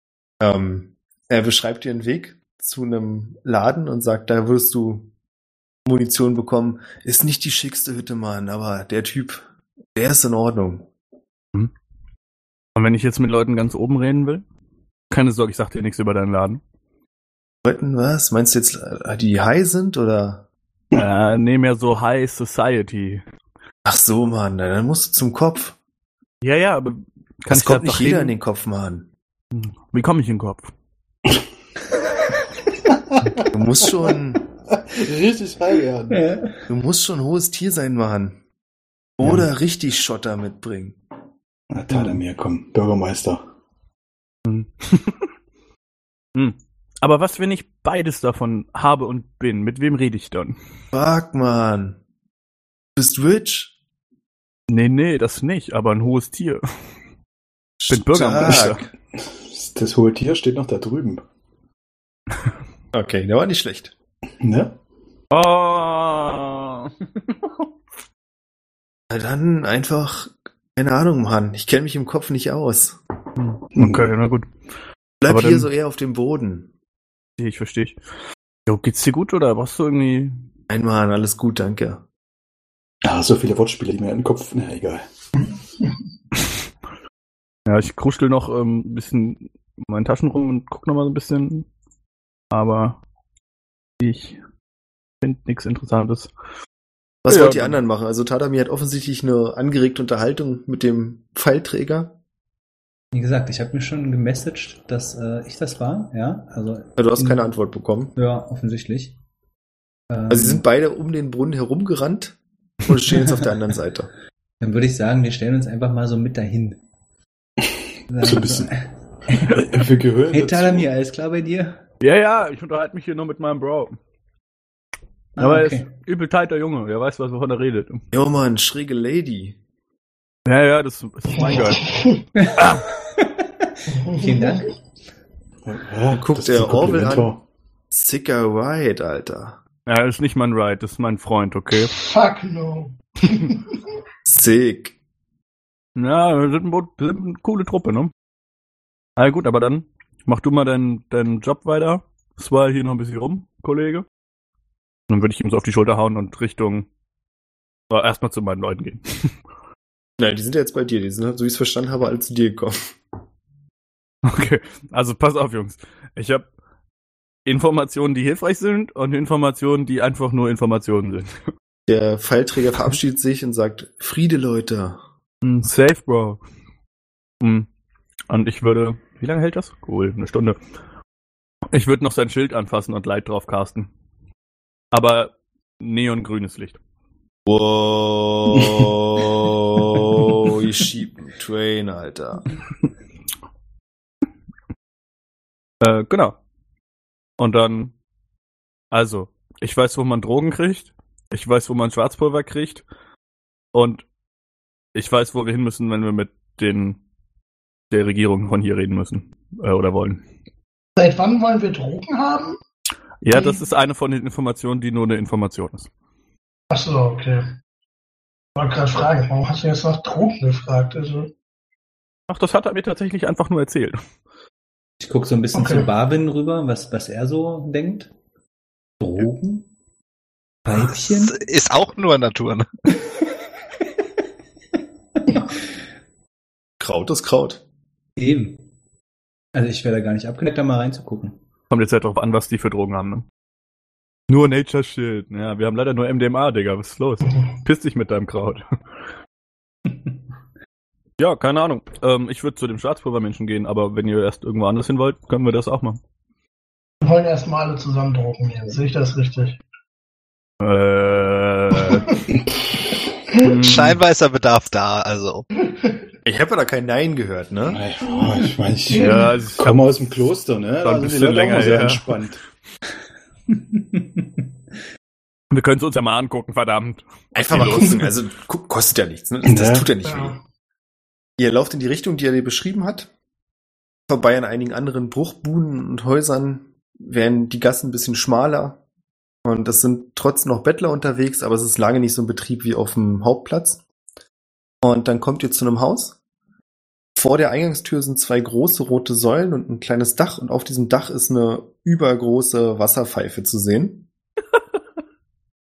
ähm, er beschreibt dir einen Weg zu einem Laden und sagt, da wirst du Munition bekommen. Ist nicht die schickste Hütte, Mann, aber der Typ, der ist in Ordnung. Und wenn ich jetzt mit Leuten ganz oben reden will, keine Sorge, ich sag dir nichts über deinen Laden. Leuten, was? Meinst du jetzt, äh, die high sind oder? äh, nee, mehr so High Society. Ach so, Mann, na, dann musst du zum Kopf. Ja, ja, aber kann das ich kommt da nicht noch jeder in reden? den Kopf, Mann. Wie komme ich in den Kopf? Du musst schon, Richtig high werden. Ja. du musst schon hohes Tier sein, Mann. Oder richtig Schotter mitbringen. Na, Tadamir, komm, Bürgermeister. Hm. Aber was, wenn ich beides davon habe und bin? Mit wem rede ich dann? Fuck, Mann. Du bist rich. Nee, nee, das nicht, aber ein hohes Tier. Bin Bürgermeister. Stark. Das hohe Tier steht noch da drüben. Okay, der war nicht schlecht. Ne? Oh. Na dann einfach, keine Ahnung, Mann. Ich kenne mich im Kopf nicht aus. Mhm. Okay, na gut. Bleib Aber hier dann- so eher auf dem Boden. Verstehe Ich verstehe. Jo, geht's dir gut oder brauchst du irgendwie. Nein, Mann, alles gut, danke. Ah, so viele Wortspiele, die mir in den Kopf. Na, egal. Ja, ich kruschel noch ähm, ein bisschen in meinen Taschen rum und guck noch mal so ein bisschen. Aber ich finde nichts Interessantes. Was Ja, wollt ihr dann- anderen machen? Also Tadami hat offensichtlich eine angeregte Unterhaltung mit dem Pfeilträger. Wie gesagt, ich habe mir schon gemessaged, dass äh, ich das war, ja. Also, Ja, Du hast in- keine Antwort bekommen. Ja, offensichtlich. Ähm, Also sie sind beide um den Brunnen herumgerannt und stehen jetzt auf der anderen Seite. dann würde ich sagen, wir stellen uns einfach mal so mit dahin. So ein bisschen. Wir gehören. Hey dazu. Talamir, alles klar bei dir? Ja, ja, ich unterhalte mich hier nur mit meinem Bro. Ah, Aber okay. er ist übel tighter Junge, der weiß, was wovon er redet. Jo Mann, schräge Lady. Ja, ja, das, das ist mein Girl. Vielen Dank. Ja, Guckt das ist er ein Orwell Kompliment. an. Sicker Ride, Alter. Ja, das ist nicht mein Ride, das ist mein Freund, okay? Fuck no. Sick. Ja, wir sind, ein Boot, wir sind eine coole Truppe, ne? Na gut, aber dann mach du mal deinen, deinen Job weiter. Swile hier noch ein bisschen rum, Kollege. Und dann würde ich ihm so auf die Schulter hauen und Richtung äh, erstmal zu meinen Leuten gehen. Nein, die sind ja jetzt bei dir. Die sind, so wie ich es verstanden habe, alle zu dir gekommen. Okay, also pass auf, Jungs. Ich habe Informationen, die hilfreich sind und Informationen, die einfach nur Informationen sind. Der Pfeilträger verabschiedet sich und sagt, Friede, Leute. Mm, Safe, Bro. Mm. Und ich würde. Wie lange hält das? Cool, eine Stunde. Ich würde noch sein Schild anfassen und Light drauf casten. Aber neongrünes Licht. Wow, ich schieb einen Train, Alter. Äh, genau. Und dann, also, ich weiß, wo man Drogen kriegt. Ich weiß, wo man Schwarzpulver kriegt. Und ich weiß, wo wir hin müssen, wenn wir mit den, der Regierung von hier reden müssen. Äh, oder wollen. Seit wann wollen wir Drogen haben? Ja, das ist eine von den Informationen, die nur eine Information ist. Achso, okay. Ich wollte gerade fragen, warum hast du jetzt nach Drogen gefragt? Also, Ach, das hat er mir tatsächlich einfach nur erzählt. Ich gucke so ein bisschen Okay. zu Barwin rüber, was, was er so denkt. Drogen? Weibchen? Ist auch nur Natur, ne? Kraut ist Kraut. Eben. Also ich wäre da gar nicht abgeneigt, da mal reinzugucken. Kommt jetzt halt drauf an, was die für Drogen haben, ne? Nur Nature Shield. Ja, wir haben leider nur MDMA, Digga. Was ist los? Piss dich mit deinem Kraut. ja, keine Ahnung. Ähm, ich würde zu dem Schwarzpulvermenschen gehen, aber wenn ihr erst irgendwo anders hin wollt, können wir das auch machen. wir wollen erstmal alle zusammen Drogen nehmen. Sehe ich das richtig? Äh, Hm. Scheinbar ist der Bedarf da, also. Ich habe ja da kein Nein gehört, ne? Ja, Ich meine, ich ja, also ich komme aus dem Kloster, ne? Schon sind ein die bisschen Leute auch länger, mal sehr ja. entspannt. wir können es uns ja mal angucken, verdammt. Einfach mal gucken. Also gu- kostet ja nichts, ne? Das, Ja. das tut ja nicht weh. Ja. Ihr lauft in die Richtung, die er dir beschrieben hat. Vorbei an einigen anderen Bruchbuden und Häusern werden die Gassen ein bisschen schmaler. Und es sind trotzdem noch Bettler unterwegs, aber es ist lange nicht so ein Betrieb wie auf dem Hauptplatz. Und dann kommt ihr zu einem Haus. Vor der Eingangstür sind zwei große rote Säulen und ein kleines Dach. Und auf diesem Dach ist eine übergroße Wasserpfeife zu sehen,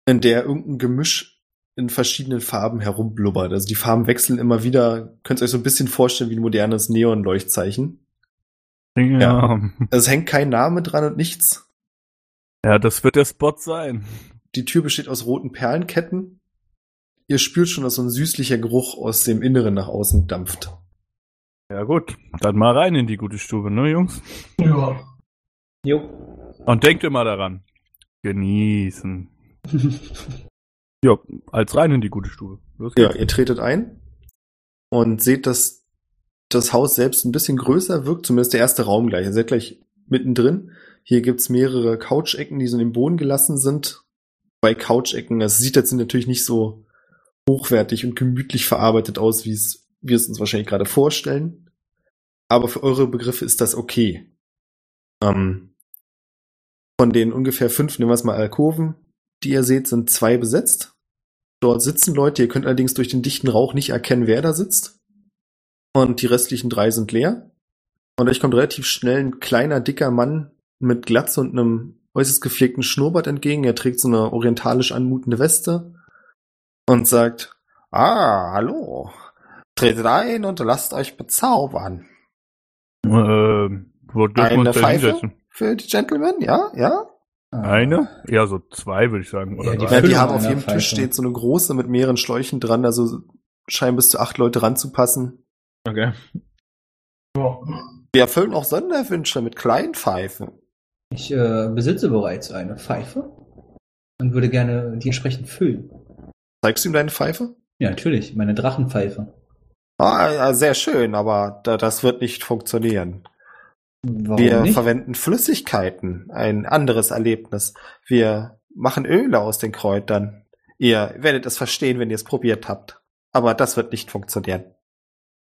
in der irgendein Gemisch in verschiedenen Farben herumblubbert. Also die Farben wechseln immer wieder. Könnt ihr euch so ein bisschen vorstellen wie ein modernes Neonleuchtzeichen. Also Ja. Es hängt kein Name dran und nichts. ja, das wird der Spot sein. Die Tür besteht aus roten Perlenketten. Ihr spürt schon, dass so ein süßlicher Geruch aus dem Inneren nach außen dampft. Ja gut, dann mal rein in die gute Stube, ne Jungs? ja. Jo. Und denkt immer daran. Genießen. Ja, als rein in die gute Stube. Los Ja, ihr tretet ein und seht, dass das Haus selbst ein bisschen größer wirkt, zumindest der erste Raum gleich. Ihr seid gleich mittendrin. Hier gibt's mehrere Couch-Ecken, die so in den Boden gelassen sind. Bei Couch-Ecken, das sieht jetzt natürlich nicht so hochwertig und gemütlich verarbeitet aus, wie es wir es uns wahrscheinlich gerade vorstellen. Aber für eure Begriffe ist das okay. Ähm, von den ungefähr fünf, nehmen wir es mal Alkoven, die ihr seht, sind zwei besetzt. Dort sitzen Leute, ihr könnt allerdings durch den dichten Rauch nicht erkennen, wer da sitzt. Und die restlichen drei sind leer. Und euch kommt relativ schnell ein kleiner, dicker Mann mit Glatze und einem äußerst gepflegten Schnurrbart entgegen. Er trägt so eine orientalisch anmutende Weste und sagt, Ah, hallo. Tretet ein und lasst euch bezaubern. Ähm, wo dürfen wir Eine uns denn Pfeife hinsetzen? für die Gentlemen, ja, ja. Ah. Eine? Ja, so zwei würde ich sagen. Oder Ja, die drei. Ja, die Füllung haben auf einer jedem Pfeife. Tisch steht so eine große mit mehreren Schläuchen dran, also scheinen bis zu acht Leute ranzupassen. Okay. Ja. Wir erfüllen auch Sonderwünsche mit kleinen Pfeifen. Ich äh, besitze bereits eine Pfeife und würde gerne die entsprechend füllen. Zeigst du ihm deine Pfeife? Ja, natürlich, meine Drachenpfeife. Ah, ja, sehr schön, aber da, das wird nicht funktionieren. Warum Wir nicht? verwenden Flüssigkeiten, ein anderes Erlebnis. Wir machen Öle aus den Kräutern. Ihr werdet es verstehen, wenn ihr es probiert habt. Aber das wird nicht funktionieren.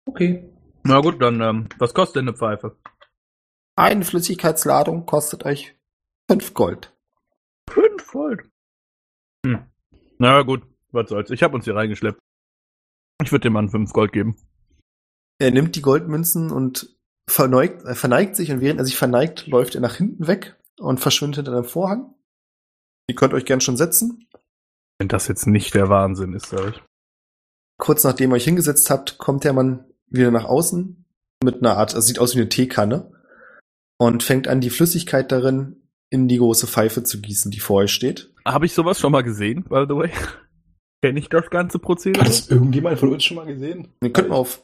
Okay. Na gut, dann, ähm, was kostet denn eine Pfeife? Eine Flüssigkeitsladung kostet euch fünf Gold. Fünf Volt. Hm. Na gut, was soll's. Ich habe uns hier reingeschleppt. Ich würde dem Mann fünf Gold geben. Er nimmt die Goldmünzen und verneigt, äh, verneigt sich und während er sich verneigt, läuft er nach hinten weg und verschwindet hinter dem Vorhang. Ihr könnt euch gern schon setzen. Wenn das jetzt nicht der Wahnsinn ist, sag ich. Kurz nachdem ihr euch hingesetzt habt, kommt der Mann wieder nach außen mit einer Art, also sieht aus wie eine Teekanne und fängt an, die Flüssigkeit darin in die große Pfeife zu gießen, die vor euch steht. Habe ich sowas schon mal gesehen, by the way? Kenne ich das ganze Hat Prozedere? das irgendjemand von uns schon mal gesehen? Ihr könnt mal auf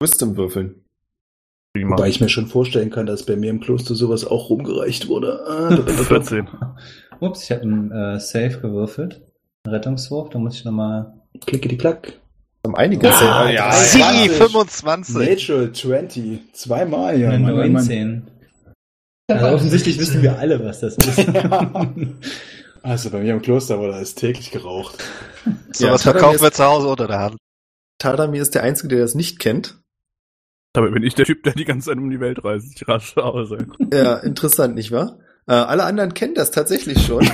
Wisdom würfeln. Die Wobei machen. ich mir schon vorstellen kann, dass bei mir im Kloster sowas auch rumgereicht wurde. Ah, 14. Ups, ich habe einen äh, Safe gewürfelt. Einen Rettungswurf, da muss ich nochmal. Klickety-klack. Haben einige Ah, Safe- ja. Sie, 20. 25. Natural 20. Zweimal, ja. eine Mann, Mann, Mann. 19. Also offensichtlich wissen wir alle, was das ist. Also bei mir im Kloster wurde alles täglich geraucht. So Ja, was Tadam verkauft ist- wird zu Hause unter der Hand. Tadamir ist der Einzige, der das nicht kennt. Dabei bin ich der Typ, der die ganze Zeit um die Welt reist. Ich rasche aus. ey. Ja, interessant, nicht wahr? Äh, alle anderen kennen das tatsächlich schon.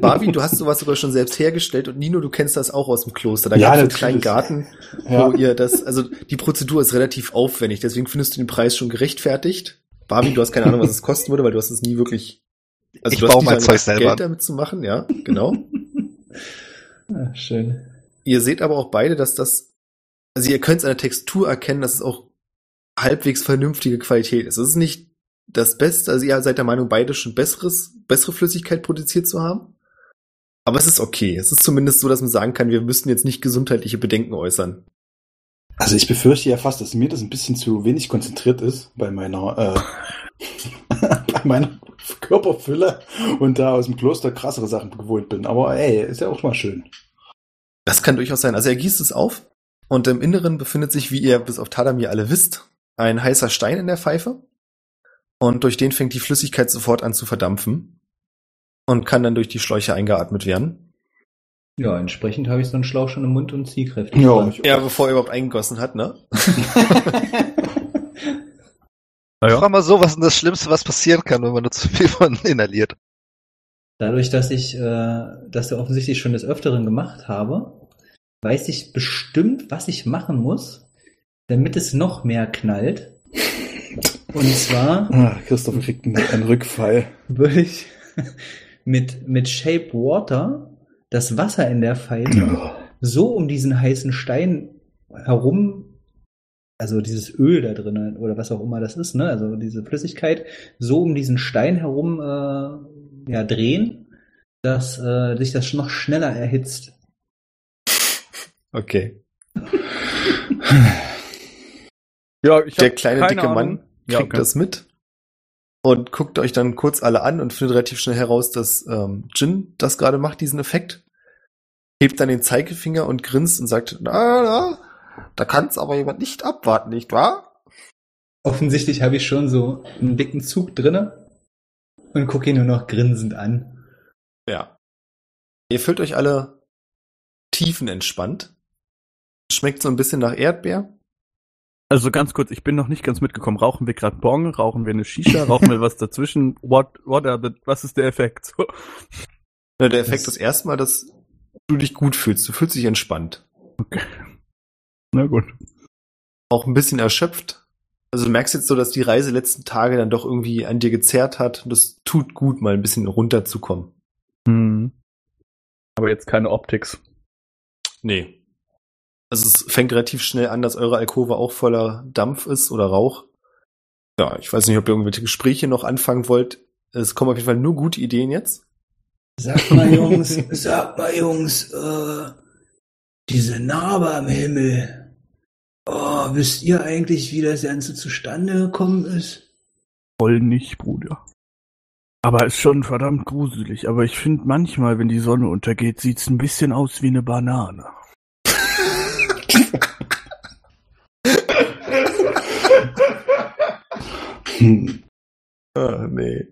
Barbie, du hast sowas sogar schon selbst hergestellt und Nino, du kennst das auch aus dem Kloster. Da Ja, gab's einen natürlich. kleinen Garten, Ja. wo ihr das, also die Prozedur ist relativ aufwendig, deswegen findest du den Preis schon gerechtfertigt. Barbie, du hast keine Ahnung, was es kosten würde, weil du hast es nie wirklich. also Ich du baue nicht mein daran Zeug gedacht, selber. Geld damit zu machen, ja, genau. Ah, schön. Ihr seht aber auch beide, dass das, also ihr könnt es an der Textur erkennen, dass es auch halbwegs vernünftige Qualität ist. Es ist nicht das Beste, also ihr seid der Meinung, beide schon besseres, bessere Flüssigkeit produziert zu haben. Aber es ist okay. Es ist zumindest so, dass man sagen kann, wir müssen jetzt nicht gesundheitliche Bedenken äußern. Also ich befürchte ja fast, dass mir das ein bisschen zu wenig konzentriert ist bei meiner, äh, bei meiner Körperfülle und da aus dem Kloster krassere Sachen gewohnt bin. Aber ey, ist ja auch mal schön. Das kann durchaus sein. Also er gießt es auf und im Inneren befindet sich, wie ihr bis auf Tadamir alle wisst, ein heißer Stein in der Pfeife und durch den fängt die Flüssigkeit sofort an zu verdampfen und kann dann durch die Schläuche eingeatmet werden. Ja, entsprechend habe ich so einen Schlauch schon im Mund und ziehe kräftig. Ja, dran. ich, Ja, bevor er überhaupt eingegossen hat, ne? Ich Naja, Frag mal so, was ist denn das Schlimmste, was passieren kann, wenn man nur zu viel von inhaliert? Dadurch, dass ich äh, das ja offensichtlich schon des Öfteren gemacht habe, weiß ich bestimmt, was ich machen muss, damit es noch mehr knallt. Und zwar Ah, Christoph kriegt einen, einen Rückfall. würde ich mit, mit Shape Water das Wasser in der Pfeife so um diesen heißen Stein herum, also dieses Öl da drin oder was auch immer das ist, ne? also diese Flüssigkeit, so um diesen Stein herum äh, ja, drehen, dass äh, sich das noch schneller erhitzt. Okay. ja ich Der hab kleine, keine dicke Ahnung. Mann kriegt Ja, okay. das mit und guckt euch dann kurz alle an und findet relativ schnell heraus, dass ähm, Jin das gerade macht, diesen Effekt. Hebt dann den Zeigefinger und grinst und sagt, na, na, da kann's aber jemand nicht abwarten, nicht wahr? Offensichtlich habe ich schon so einen dicken Zug drinne und gucke ihn nur noch grinsend an. Ja. Ihr fühlt euch alle tiefenentspannt. Schmeckt so ein bisschen nach Erdbeer. Also ganz kurz, ich bin noch nicht ganz mitgekommen. Rauchen wir gerade Bong? Rauchen wir eine Shisha? Rauchen wir was dazwischen? What, what are the, was ist der Effekt? So. Na, Der Effekt Das- ist erstmal, dass du dich gut fühlst. Du fühlst dich entspannt. Na gut. auch ein bisschen erschöpft. Also du merkst jetzt so, dass die Reise letzten Tage dann doch irgendwie an dir gezerrt hat. Und das tut gut, mal ein bisschen runterzukommen. Hm. Aber jetzt keine Optics. Nee. Also es fängt relativ schnell an, dass eure Alkove auch voller Dampf ist oder Rauch. Ja, ich weiß nicht, ob ihr irgendwelche Gespräche noch anfangen wollt. Es kommen auf jeden Fall nur gute Ideen jetzt. Sag mal, Jungs, sag mal, Jungs, äh, diese Narbe am Himmel. Oh, wisst ihr eigentlich, wie das Ganze zustande gekommen ist? Voll nicht, Bruder. Aber ist schon verdammt gruselig. Aber ich finde manchmal, wenn die Sonne untergeht, sieht's ein bisschen aus wie eine Banane. Hm. Ah, nee.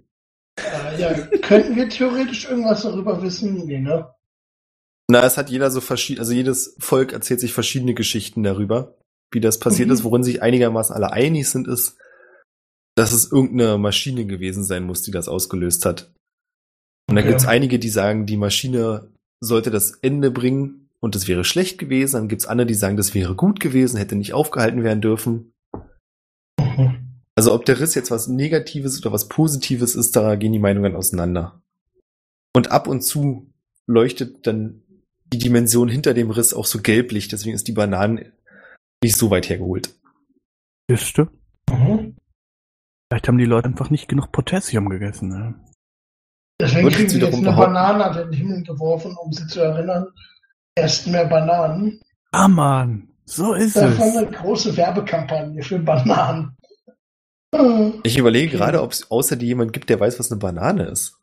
Äh, ja, könnten wir theoretisch irgendwas darüber wissen? Nee, ne? Na, es hat jeder so verschiedene, also jedes Volk erzählt sich verschiedene Geschichten darüber, wie das passiert Mhm. ist, worin sich einigermaßen alle einig sind, ist, dass es irgendeine Maschine gewesen sein muss, die das ausgelöst hat. Und da Okay. gibt's einige, die sagen, die Maschine sollte das Ende bringen und es wäre schlecht gewesen. Dann gibt's andere, die sagen, das wäre gut gewesen, hätte nicht aufgehalten werden dürfen. Mhm. Also ob der Riss jetzt was Negatives oder was Positives ist, da gehen die Meinungen auseinander. Und ab und zu leuchtet dann die Dimension hinter dem Riss auch so gelblich, deswegen ist die Bananen nicht so weit hergeholt. Wisste? Mhm. Vielleicht haben die Leute einfach nicht genug Potassium gegessen. Ne? Deswegen Würde ich kriegen wir jetzt wiederum eine behaupten. Banane an den Himmel geworfen, um sie zu erinnern. Erst mehr Bananen. Ah, Mann. So ist Das war es. eine große Werbekampagne für Bananen. Äh, Ich überlege gerade, ob es außer dir jemand gibt, der weiß, was eine Banane ist.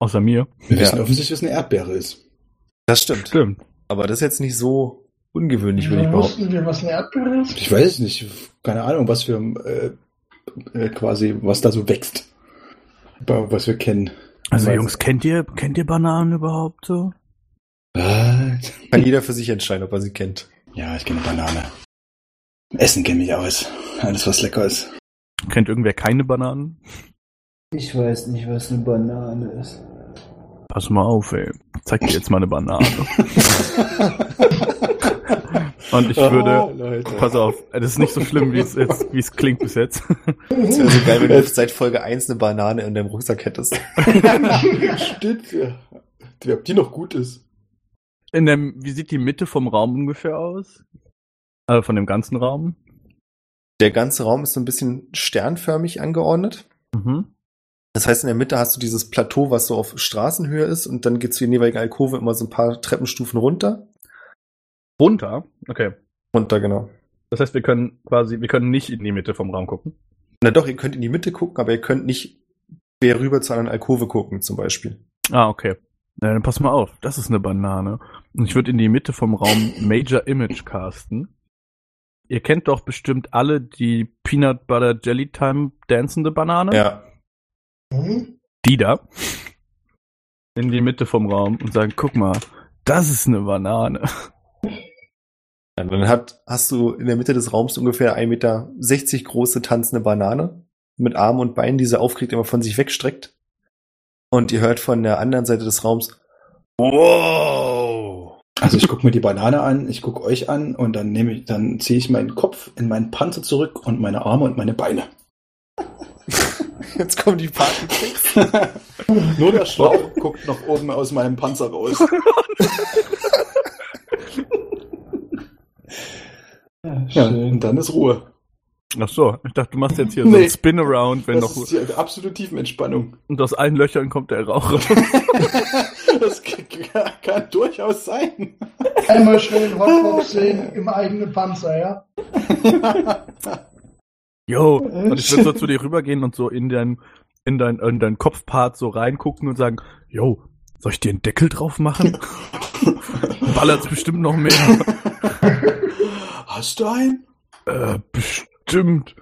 Außer mir. Wir Ja. wissen offensichtlich, was eine Erdbeere ist. Das stimmt. Stimmt. Aber das ist jetzt nicht so ungewöhnlich, würde ich wieso behaupten. wussten wir, was eine Erdbeere ist? Ich weiß es nicht. Keine Ahnung, was für äh, äh, quasi, was da so wächst. Ba- Was wir kennen. Also Weiß- Jungs, kennt ihr, kennt ihr Bananen überhaupt so? Was? Kann jeder für sich entscheiden, ob er sie kennt. Ja, ich kenne Banane. Essen kenne ich aus. Alles, was lecker ist. Kennt irgendwer keine Bananen? Ich weiß nicht, was eine Banane ist. Pass mal auf, ey. Zeig dir jetzt mal eine Banane. Und ich würde. Ah, Leute. Pass auf, das ist nicht so schlimm, wie es jetzt, wie es klingt bis jetzt. Das wäre so geil, wenn du seit Folge 1 eine Banane in deinem Rucksack hättest. Stimmt. ja. Ob die noch gut ist. In dem, wie sieht die Mitte vom Raum ungefähr aus? Also von dem ganzen Raum? Der ganze Raum ist so ein bisschen sternförmig angeordnet. Mhm. Das heißt, in der Mitte hast du dieses Plateau, was so auf Straßenhöhe ist, und dann geht's zu den jeweiligen Alkove immer so ein paar Treppenstufen runter. Runter? Okay. Runter, genau. Das heißt, wir können quasi, wir können nicht in die Mitte vom Raum gucken. Na doch, ihr könnt in die Mitte gucken, aber ihr könnt nicht quer rüber zu einer Alkove gucken, zum Beispiel. Ah, okay. Na, dann pass mal auf, das ist eine Banane. Und ich würde in die Mitte vom Raum Major Image casten. Ihr kennt doch bestimmt alle die Peanut Butter Jelly Time dancende Banane. Ja. Hm? Die da. In die Mitte vom Raum und sagen, guck mal, das ist eine Banane. Ja, Dann hat, hast du in der Mitte des Raums ungefähr 1,60 Meter große tanzende Banane mit Armen und Beinen, die sie aufkriegt, immer von sich wegstreckt. Und ihr hört von der anderen Seite des Raums, wow! Also ich gucke mir die Banane an, ich gucke euch an und dann nehme ich, dann ziehe ich meinen Kopf in meinen Panzer zurück und meine Arme und meine Beine. Jetzt kommen die Partytricks. Nur der Schlauch guckt noch oben aus meinem Panzer raus. Ja, und dann ist Ruhe. Ach so, ich dachte, du machst jetzt hier so Nee. einen Spin-Around, wenn das noch, ist die absolute Tiefenentspannung. und aus allen Löchern kommt der Rauch raus. das kann, kann durchaus sein. Einmal schön Hotbox sehen im eigenen Panzer, ja? Yo, und ich würde so zu dir rübergehen und so in dein, in dein, in dein Kopfpart so reingucken und sagen, yo, soll ich dir einen Deckel drauf machen? Ballert's bestimmt noch mehr. Hast du einen? äh, bestimmt.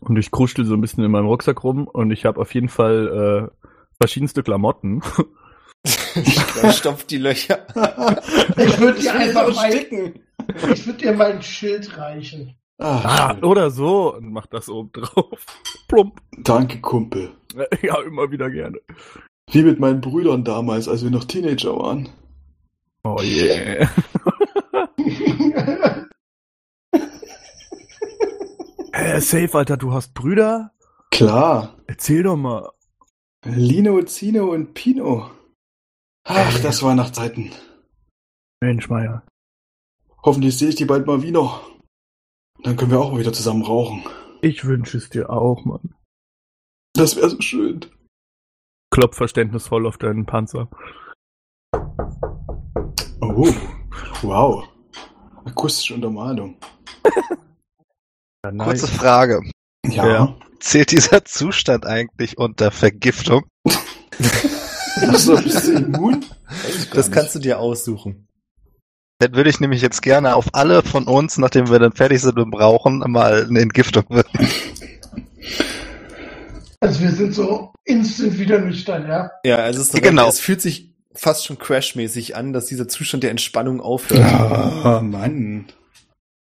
Und ich kruschel so ein bisschen in meinem Rucksack rum und ich habe auf jeden Fall äh, verschiedenste Klamotten. Stopft die Löcher. Ich würde dir einfach mein, sticken. ich würd dir mein Schild reichen. Ah, Ah, oder so. Und mach das oben drauf. Plump. danke, Kumpel. Ja, immer wieder gerne. Wie mit meinen Brüdern damals, als wir noch Teenager waren. Oh yeah. Hä, Äh, safe, Alter, du hast Brüder? Klar. Erzähl doch mal. Lino, Zino und Pino. Ach, das waren nach Zeiten. Mensch, Meier. Hoffentlich sehe ich die bald mal wieder. Dann können wir auch mal wieder zusammen rauchen. Ich wünsche es dir auch, Mann. Das wäre so schön. Klopf verständnisvoll auf deinen Panzer. Oh, wow. Akustische Untermalung. Kurze Frage. Ja. Ja. Zählt dieser Zustand eigentlich unter Vergiftung? Ach so, bist du immun? Das kannst du dir aussuchen. Dann würde ich nämlich jetzt gerne auf alle von uns, nachdem wir dann fertig sind und brauchen, mal eine Entgiftung wirken. Also wir sind so instant wieder nüchtern, ja? Ja, also es, ist Genau. es fühlt sich fast schon crashmäßig an, dass dieser Zustand der Entspannung aufhört. Ah, Mann.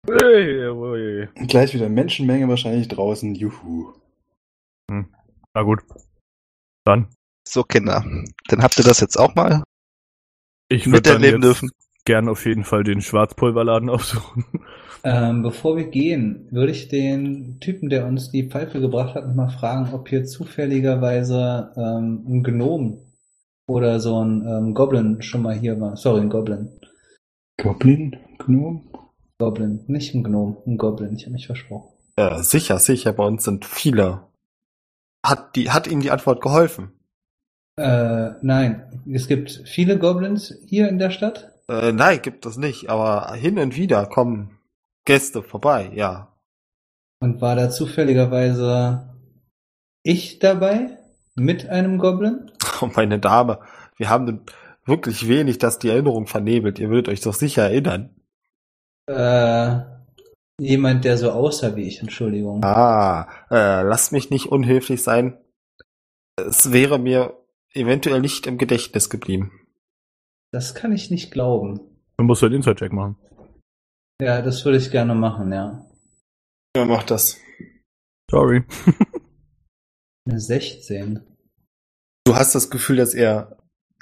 Ey, ey. Gleich wieder Menschenmenge wahrscheinlich draußen. Juhu. Na gut. Dann. So, Kinder. Dann habt ihr das jetzt auch mal Ich würde dann miterleben jetzt dürfen. gern auf jeden Fall den Schwarzpulverladen aufsuchen. Ähm, bevor wir gehen, würde ich den Typen, der uns die Pfeife gebracht hat, nochmal fragen, ob hier zufälligerweise ähm, ein Gnom oder so ein ähm, Goblin schon mal hier war. Sorry, ein Goblin. Goblin? Gnome? Goblin, nicht ein Gnom, ein Goblin. Ich habe mich versprochen. Ja, Äh, sicher, sicher, bei uns sind viele. Hat, die, hat ihnen die Antwort geholfen? Äh, nein, es gibt viele Goblins hier in der Stadt. Äh, nein, gibt es nicht, aber hin und wieder kommen Gäste vorbei, ja. Und war da zufälligerweise ich dabei? Mit einem Goblin? Oh, meine Dame, wir haben wirklich wenig, das die Erinnerung vernebelt. Ihr würdet euch doch sicher erinnern. Äh, jemand, der so aussah wie ich, Entschuldigung. Ah, äh, lasst mich nicht unhöflich sein. Es wäre mir eventuell nicht im Gedächtnis geblieben. Das kann ich nicht glauben. Dann musst du einen Inside-Check halt machen. Ja, das würde ich gerne machen, ja. Wer macht das? Sorry. Eine 16. Du hast das Gefühl, dass er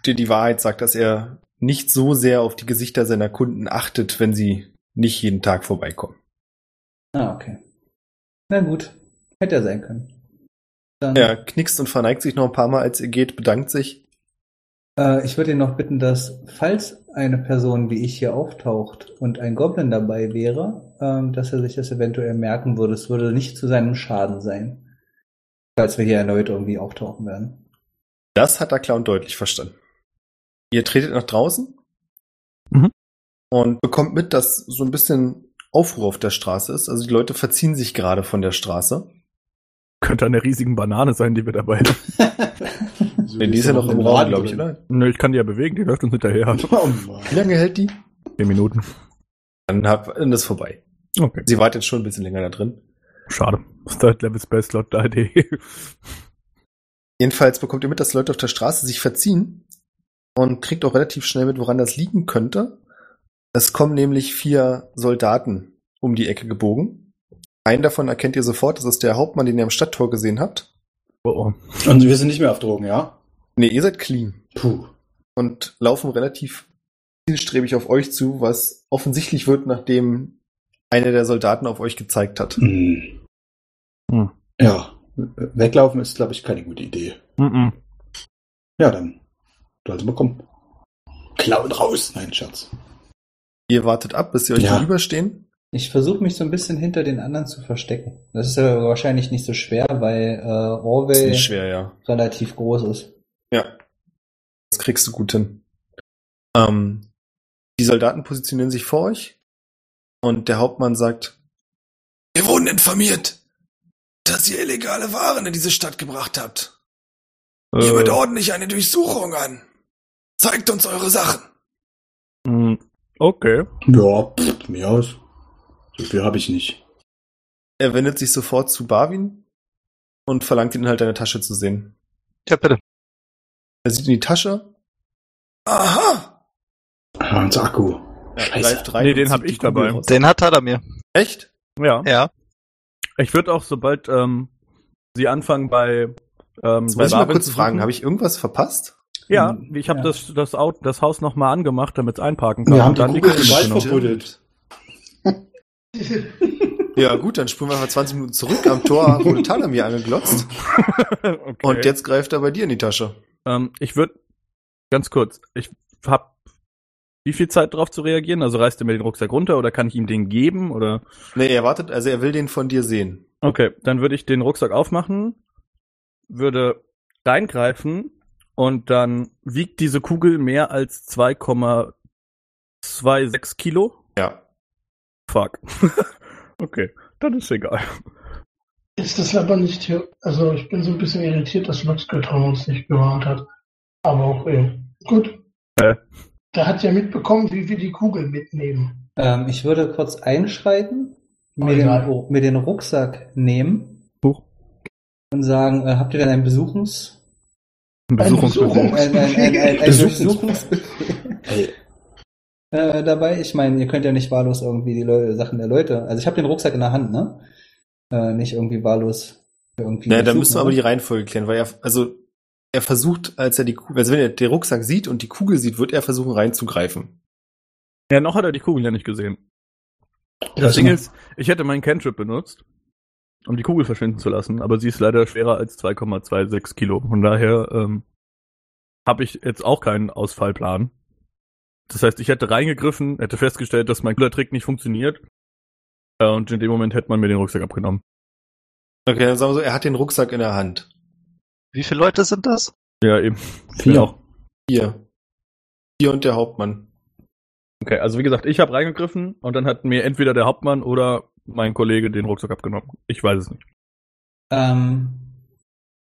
dir die Wahrheit sagt, dass er nicht so sehr auf die Gesichter seiner Kunden achtet, wenn sie nicht jeden Tag vorbeikommen. Ah, okay. Na gut. Hätte er sein können. Dann, Er knickst und verneigt sich noch ein paar Mal, als ihr geht, bedankt sich. äh, ich würde ihn noch bitten, dass, falls eine Person wie ich hier auftaucht und ein Goblin dabei wäre, ähm, dass er sich das eventuell merken würde. Es würde nicht zu seinem Schaden sein. Falls wir hier erneut irgendwie auftauchen werden. Das hat der Clown deutlich verstanden. Ihr tretet nach draußen Mhm. und bekommt mit, dass so ein bisschen Aufruhr auf der Straße ist. Also die Leute verziehen sich gerade von der Straße. Könnte eine riesigen Banane sein, die wir dabei haben. Denn die ist ja noch im Raum, glaube ich, oder? Nö, ich kann die ja bewegen, die läuft uns hinterher. Oh Mann. Wie lange hält die? Zehn Minuten. Dann hab- dann ist vorbei. Okay. Sie wartet jetzt schon ein bisschen länger da drin. Schade. Third Level Space Slot da die. Jedenfalls bekommt ihr mit, dass Leute auf der Straße sich verziehen und kriegt auch relativ schnell mit, woran das liegen könnte. Es kommen nämlich vier Soldaten um die Ecke gebogen. Einen davon erkennt ihr sofort, das ist der Hauptmann, den ihr am Stadttor gesehen habt. Oh, oh. Und wir sind nicht mehr auf Drogen, ja? Nee, ihr seid clean Puh. und laufen relativ zielstrebig auf euch zu, was offensichtlich wird, nachdem einer der Soldaten auf euch gezeigt hat. Hm. Hm. Ja, weglaufen ist, glaube ich, keine gute Idee. Mm-mm. Ja, dann. Du hast bekommen. Klauen raus! Nein, Schatz. Ihr wartet ab, bis sie euch Ja. gegenüberstehen. Ich versuche mich so ein bisschen hinter den anderen zu verstecken. Das ist aber wahrscheinlich nicht so schwer, weil äh, Das ist Orwell nicht schwer, ja. relativ groß ist. Ja. Das kriegst du gut hin. Ähm, die Soldaten positionieren sich vor euch und der Hauptmann sagt, wir wurden informiert, dass ihr illegale Waren in diese Stadt gebracht habt. Hier wird Äh, ordentlich eine Durchsuchung an. Zeigt uns eure Sachen. mm, okay. Ja, pff, mir aus. So viel habe ich nicht. Er wendet sich sofort zu Barwin und verlangt den Inhalt deiner Tasche zu sehen. Ja, bitte. Er sieht in die Tasche. Aha! Ah, unser Akku. Er Scheiße. greift rein Nee, und den hab zieht die ich dabei. Kugel raus. Den hat er mir. Echt? Ja. Ja. Ich würde auch, sobald ähm, sie anfangen bei. Ähm, Jetzt bei muss ich mal Raven kurz zu fragen, suchen- habe ich Mm. irgendwas verpasst? Ja, ich habe Ja. das, das, Auto, das Haus nochmal angemacht, damit es einparken kann. Wir haben Und die dann Kugel im die Wald mitgenommen. verbuddelt. Ja, gut, dann spulen wir einfach 20 Minuten zurück. Am Tor wurde Talamir angeglotzt. okay. Und jetzt greift er bei dir in die Tasche. Ähm, ich würde ganz kurz, ich hab wie viel Zeit drauf zu reagieren? Also reißt er mir den Rucksack runter oder kann ich ihm den geben oder? Nee, er wartet, also er will den von dir sehen. Okay, dann würde ich den Rucksack aufmachen, würde reingreifen und dann wiegt diese Kugel mehr als 2,26 Kilo. Ja. Fuck. okay, dann ist egal. Ist das aber nicht hier. Also ich bin so ein bisschen irritiert, dass Max Göttraum uns nicht gewarnt hat. Aber auch eh. Gut. Hä? Da hat ja mitbekommen, wie wir die Kugel mitnehmen. Ähm, ich würde kurz einschreiten, Oh, mir, egal. den, oh, mir den Rucksack nehmen Huch. und sagen, äh, habt ihr denn einen Besuchungs... Ein Besuchungsbefehl. Ein, ein, ein, ein, ein Besuchungs- Durchsuchungsbefehl Hey, äh, dabei? Ich meine, ihr könnt ja nicht wahllos irgendwie die Leu Sachen der Leute... Also ich habe den Rucksack in der Hand, ne? Äh, nicht irgendwie wahllos irgendwie... Naja, da durchsuchen, müssen wir aber oder? die Reihenfolge klären, weil er, also, er versucht, als er die Kugel, also wenn er den Rucksack sieht und die Kugel sieht, wird er versuchen reinzugreifen. Ja, noch hat er die Kugel ja nicht gesehen. Das Also- Ding ist, ich hätte meinen Cantrip benutzt, um die Kugel verschwinden zu lassen, aber sie ist leider schwerer als 2,26 Kilo. Von daher ähm, habe ich jetzt auch keinen Ausfallplan. Das heißt, ich hätte reingegriffen, hätte festgestellt, dass mein Trick nicht funktioniert. Äh, und in dem Moment hätte man mir den Rucksack abgenommen. Okay, dann sagen wir so, er hat den Rucksack in der Hand. Wie viele Leute sind das? Ja, eben. Genau. Vier. Ja. Hier. Hier und der Hauptmann. Okay, also wie gesagt, ich habe reingegriffen und dann hat mir entweder der Hauptmann oder mein Kollege den Rucksack abgenommen. Ich weiß es nicht. Ähm,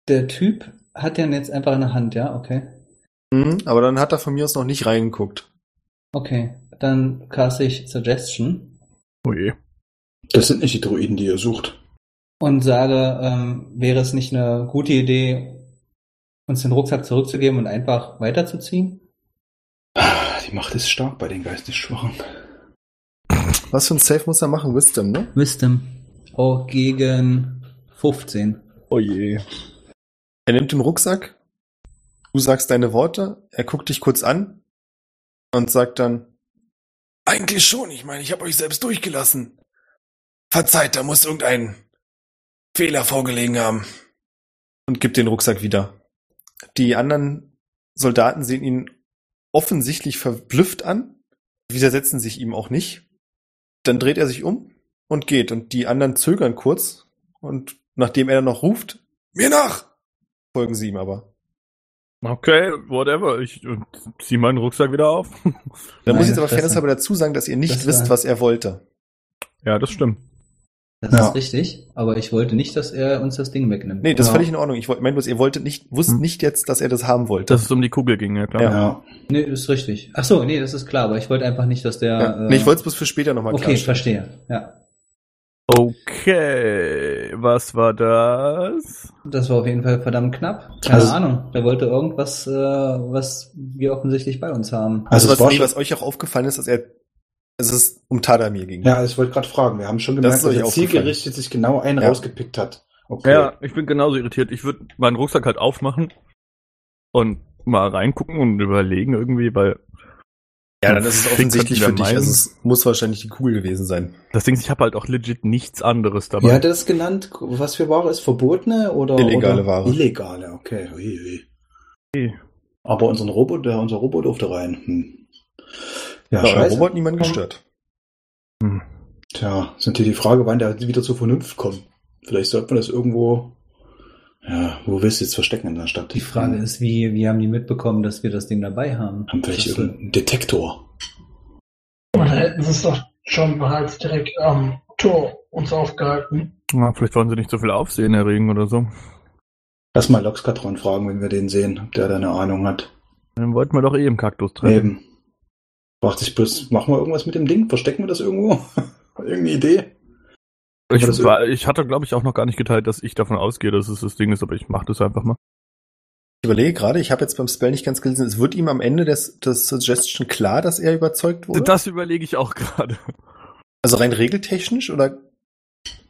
der Typ hat den jetzt einfach in der Hand, ja? Okay. Mhm, aber dann hat er von mir aus noch nicht reingeguckt. Okay. Dann cast ich Suggestion Oh je. Das sind nicht die Droiden, die ihr sucht. und sage, ähm, wäre es nicht eine gute Idee, uns den Rucksack zurückzugeben und einfach weiterzuziehen? Die Macht ist stark bei den Geistesschwachen. Was für ein Safe muss er machen? Wisdom, ne? Wisdom. Oh, gegen 15. Oh je. Er nimmt den Rucksack, du sagst deine Worte, er guckt dich kurz an und sagt dann, eigentlich schon, ich meine, ich habe euch selbst durchgelassen. Verzeiht, da muss irgendein Fehler vorgelegen haben. Und gibt den Rucksack wieder. Die anderen Soldaten sehen ihn offensichtlich verblüfft an, widersetzen sich ihm auch nicht. Dann dreht er sich um und geht und die anderen zögern kurz und nachdem er dann noch ruft, mir nach! Folgen sie ihm aber. Okay, whatever. Ich äh, zieh meinen Rucksack wieder auf. Da muss Meine ich jetzt aber Fresse. fairness aber dazu sagen, dass ihr nicht Das war- wisst, was er wollte. ja, das stimmt. Das Ja. ist richtig, aber ich wollte nicht, dass er uns das Ding wegnimmt. Nee, das ist Ja. völlig in Ordnung. Ich wollt- meine bloß, ihr wolltet nicht, wusst Hm. nicht jetzt, dass er das haben wollte. Dass es um die Kugel ging, ja klar. Ja. Nee, das ist richtig. Ach so, nee, das ist klar, aber ich wollte einfach nicht, dass der. ja. äh, nee, ich wollte es bloß für später nochmal Okay, klarstellen. verstehe. Ja. Okay, was war das? Das war auf jeden Fall verdammt knapp. Keine Also- Ahnung. Der wollte irgendwas, äh, was wir offensichtlich bei uns haben. Also, also es war was, nee, schon- was euch auch aufgefallen ist, dass er, dass es um Tadamir ging. Ja, also ich wollte gerade fragen. Wir haben schon gemerkt, Das ist dass euch er aufgefallen. zielgerichtet sich genau einen Ja. rausgepickt hat. Okay. Ja, ich bin genauso irritiert. Ich würde meinen Rucksack halt aufmachen und mal reingucken und überlegen irgendwie, weil Ja, dann ist es Fick offensichtlich für könnten wir dich. meinen. Also es muss wahrscheinlich die Kugel gewesen sein. das Ding ist, ich habe halt auch legit nichts anderes dabei. Wie hat er das genannt? Was für Ware ist? Verbotene oder? Illegale oder? Ware. Illegale, okay. Ui, ui. Okay. Aber unseren Roboter, unser Roboter durfte rein. Hm. Ja, Ja, scheiße. Robot niemand gestört. Hm. Tja, sind hier die Frage, wann der wieder zur Vernunft kommt. Vielleicht sollte man das irgendwo. Ja, wo willst du jetzt verstecken in der Stadt? Die Hm. Frage ist, wie, wie haben die mitbekommen, dass wir das Ding dabei haben? Haben vielleicht Das- irgendeinen Detektor? Und da hätten sie es doch schon bereits direkt am Tor uns aufgehalten. Na, vielleicht wollen sie nicht so viel Aufsehen erregen oder so. Lass mal Loxkatron fragen, wenn wir den sehen, ob der da eine Ahnung hat. Dann wollten wir doch eh im Kaktus treffen. Eben. Fragt sich bloß, machen wir irgendwas mit dem Ding? Verstecken wir das irgendwo? Irgendeine Idee? Ich, Aber das- war, ich hatte, glaube ich, auch noch gar nicht geteilt, dass ich davon ausgehe, dass es das Ding ist, aber ich mache das einfach mal. Ich überlege gerade, ich habe jetzt beim Spell nicht ganz gelesen, es wird ihm am Ende des, des Suggestion klar, dass er überzeugt wurde? Das überlege ich auch gerade. also rein regeltechnisch oder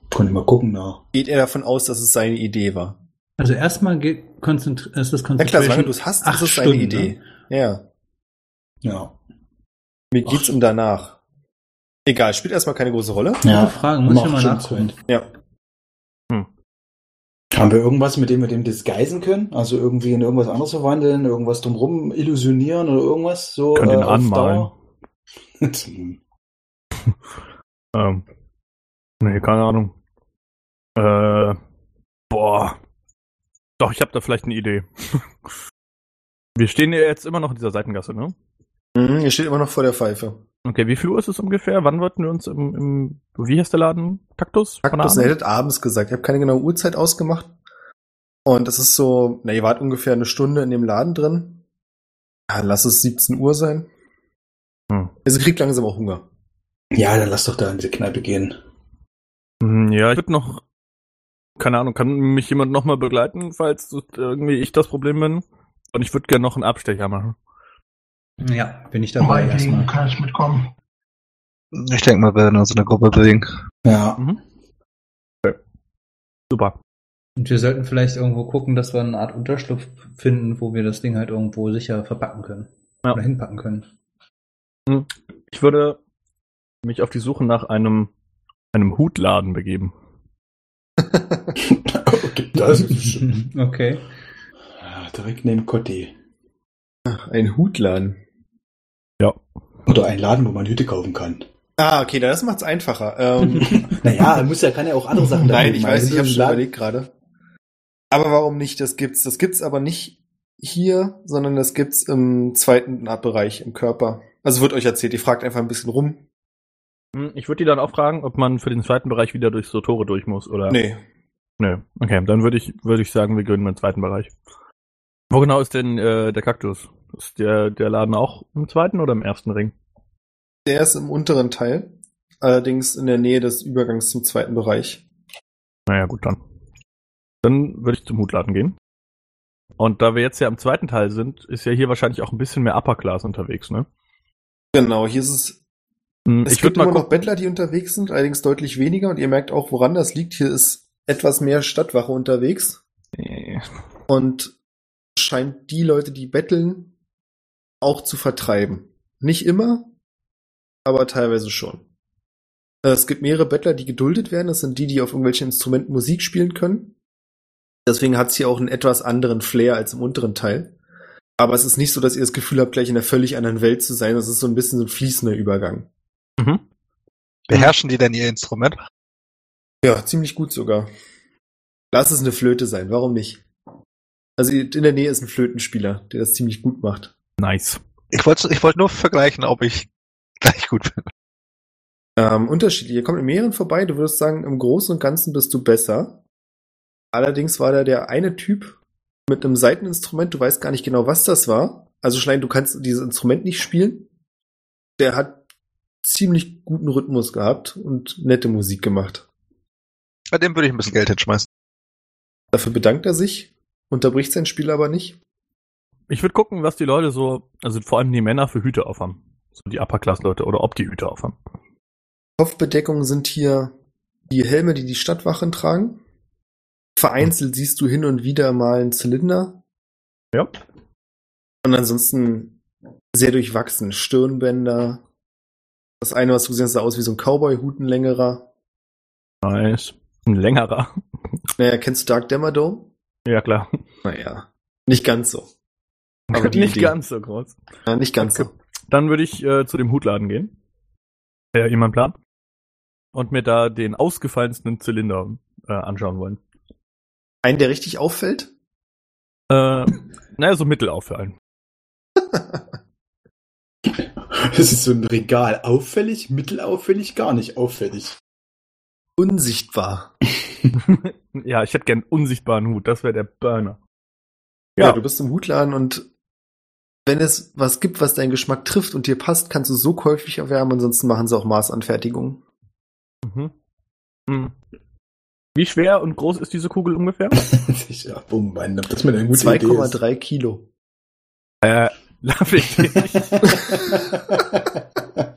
Können wir mal gucken nach. geht er davon aus, dass es seine Idee war? Also erstmal ge- konzentri- es ist das Na klar, solange Concentration. du es hast, acht ist es seine Stunden, Idee. Ja. Ja. Mir geht's um danach. Egal, spielt erstmal keine große Rolle. Gute Frage, muss ich Macht mal schon nachgucken. Ja. Haben wir irgendwas, mit dem wir dem disguisen können? Also irgendwie in irgendwas anderes verwandeln, irgendwas drumrum illusionieren oder irgendwas? So, äh, Können den auf anmalen. Dauer? Hm. Ähm, nee, keine Ahnung. Äh, boah. Doch, ich habe da vielleicht eine Idee. Wir stehen ja jetzt immer noch in dieser Seitengasse, ne? Mhm, ihr steht immer noch vor der Pfeife. Okay, wie viel Uhr ist es ungefähr? Wann wollten wir uns im, im wie heißt der Laden? Kaktus? Keine Kaktus, ihr Ahnung. hättet abends gesagt. Ich habe keine genaue Uhrzeit ausgemacht. Und es ist so, na, ihr wart ungefähr eine Stunde in dem Laden drin. Ja, lass es 17 Uhr sein. Hm. Also ihr kriegt langsam auch Hunger. Ja, dann lass doch da in diese Kneipe gehen. Hm, Ja, ich würde noch, keine Ahnung, kann mich jemand nochmal begleiten, falls irgendwie ich das Problem bin? Und ich würde gerne noch einen Abstecher machen. Ja, bin ich dabei Meinetwegen erstmal. kann ich mitkommen. Ich denke mal, wir werden uns in der Gruppe bewegen. Ja. Mhm. Okay. Super. Und wir sollten vielleicht irgendwo gucken, dass wir eine Art Unterschlupf finden, wo wir das Ding halt irgendwo sicher verpacken können. Ja. Oder hinpacken können. Ich würde mich auf die Suche nach einem, einem Hutladen begeben. Gibt das ist okay. ja, direkt neben Cotti. Ein Hutladen. Oder ein Laden, wo man Hüte kaufen kann. Ah, okay, na, das macht's einfacher. Ähm, Naja, er muss ja, kann ja auch andere Sachen Nein, daneben ich machen. weiß, ich Wenn habe du schon einen überlegt gerade. Aber warum nicht? Das gibt's. Das gibt's aber nicht hier, sondern das gibt's im zweiten Bereich im Körper. Also wird euch erzählt, ihr fragt einfach ein bisschen rum. Hm, Ich würde die dann auch fragen, ob man für den zweiten Bereich wieder durch so Tore durch muss, oder? Nee. Nö. Okay, dann würde ich, würde ich sagen, wir gehen in den zweiten Bereich. Wo genau ist denn äh, der Kaktus? Ist der, der Laden auch im zweiten oder im ersten Ring? Der ist im unteren Teil, allerdings in der Nähe des Übergangs zum zweiten Bereich. Naja, gut, dann. Dann würde ich zum Hutladen gehen. Und da wir jetzt ja im zweiten Teil sind, ist ja hier wahrscheinlich auch ein bisschen mehr Upper Class unterwegs, ne? Genau, hier ist es. Hm, Es ich würde mal immer gucken. noch Bettler, die unterwegs sind, allerdings deutlich weniger. Und ihr merkt auch, woran das liegt. Hier ist etwas mehr Stadtwache unterwegs. Äh, und scheint die Leute, die betteln, auch zu vertreiben. Nicht immer, aber teilweise schon. Äh, Es gibt mehrere Bettler, die geduldet werden. Das sind die, die auf irgendwelchen Instrumenten Musik spielen können. Deswegen hat es hier auch einen etwas anderen Flair als im unteren Teil. Aber es ist nicht so, dass ihr das Gefühl habt, gleich in einer völlig anderen Welt zu sein. Das ist so ein bisschen so ein fließender Übergang. Mhm. Beherrschen die denn ihr Instrument? Ja, ziemlich gut sogar. Lass es eine Flöte sein, warum nicht? Also in der Nähe ist ein Flötenspieler, der das ziemlich gut macht. Nice. Ich wollte ich wollte nur vergleichen, ob ich gleich gut bin. Ähm, unterschiedlich. Ihr kommt in mehreren vorbei. Du würdest sagen, im Großen und Ganzen bist du besser. Allerdings war da der eine Typ mit einem Seiteninstrument. Du weißt gar nicht genau, was das war. Also Schlein, du kannst dieses Instrument nicht spielen. Der hat ziemlich guten Rhythmus gehabt und nette Musik gemacht. Bei dem würde ich ein bisschen Geld hinschmeißen. Dafür bedankt er sich, unterbricht sein Spiel aber nicht. Ich würde gucken, was die Leute so, also vor allem die Männer für Hüte aufhaben. So die Upper Class Leute oder ob die Hüte aufhaben. Kopfbedeckungen sind hier die Helme, die die Stadtwachen tragen. Vereinzelt siehst du hin und wieder mal einen Zylinder. Ja. Und ansonsten sehr durchwachsen. Stirnbänder. Das eine, was du gesehen hast, sah aus wie so ein Cowboy-Hut, ein längerer. Nice. Ein längerer. Naja, kennst du Dark Dome? Ja, klar. Naja, nicht ganz so. Aber die Nicht Idee. ganz so groß. Ja, nicht ganz so. Dann würde ich äh, zu dem Hutladen gehen. Ja, jemand Plan. Und mir da den ausgefallensten Zylinder äh, anschauen wollen. Einen, der richtig auffällt? Äh, naja, so mittel auffallen. Das ist so ein Regal. Auffällig, mittelauffällig, gar nicht auffällig. Unsichtbar. ja, ich hätte gern einen unsichtbaren Hut. Das wäre der Burner. Ja. Ja. du bist im Hutladen und wenn es was gibt, was deinen Geschmack trifft und dir passt, kannst du so käuflich erwerben, ansonsten machen sie auch Maßanfertigungen. Mhm. Mhm. Wie schwer und groß ist diese Kugel ungefähr? ja, bumm, mein, ob das mit einer guten Idee ist. 2,3 Kilo. äh, lauf ich nicht.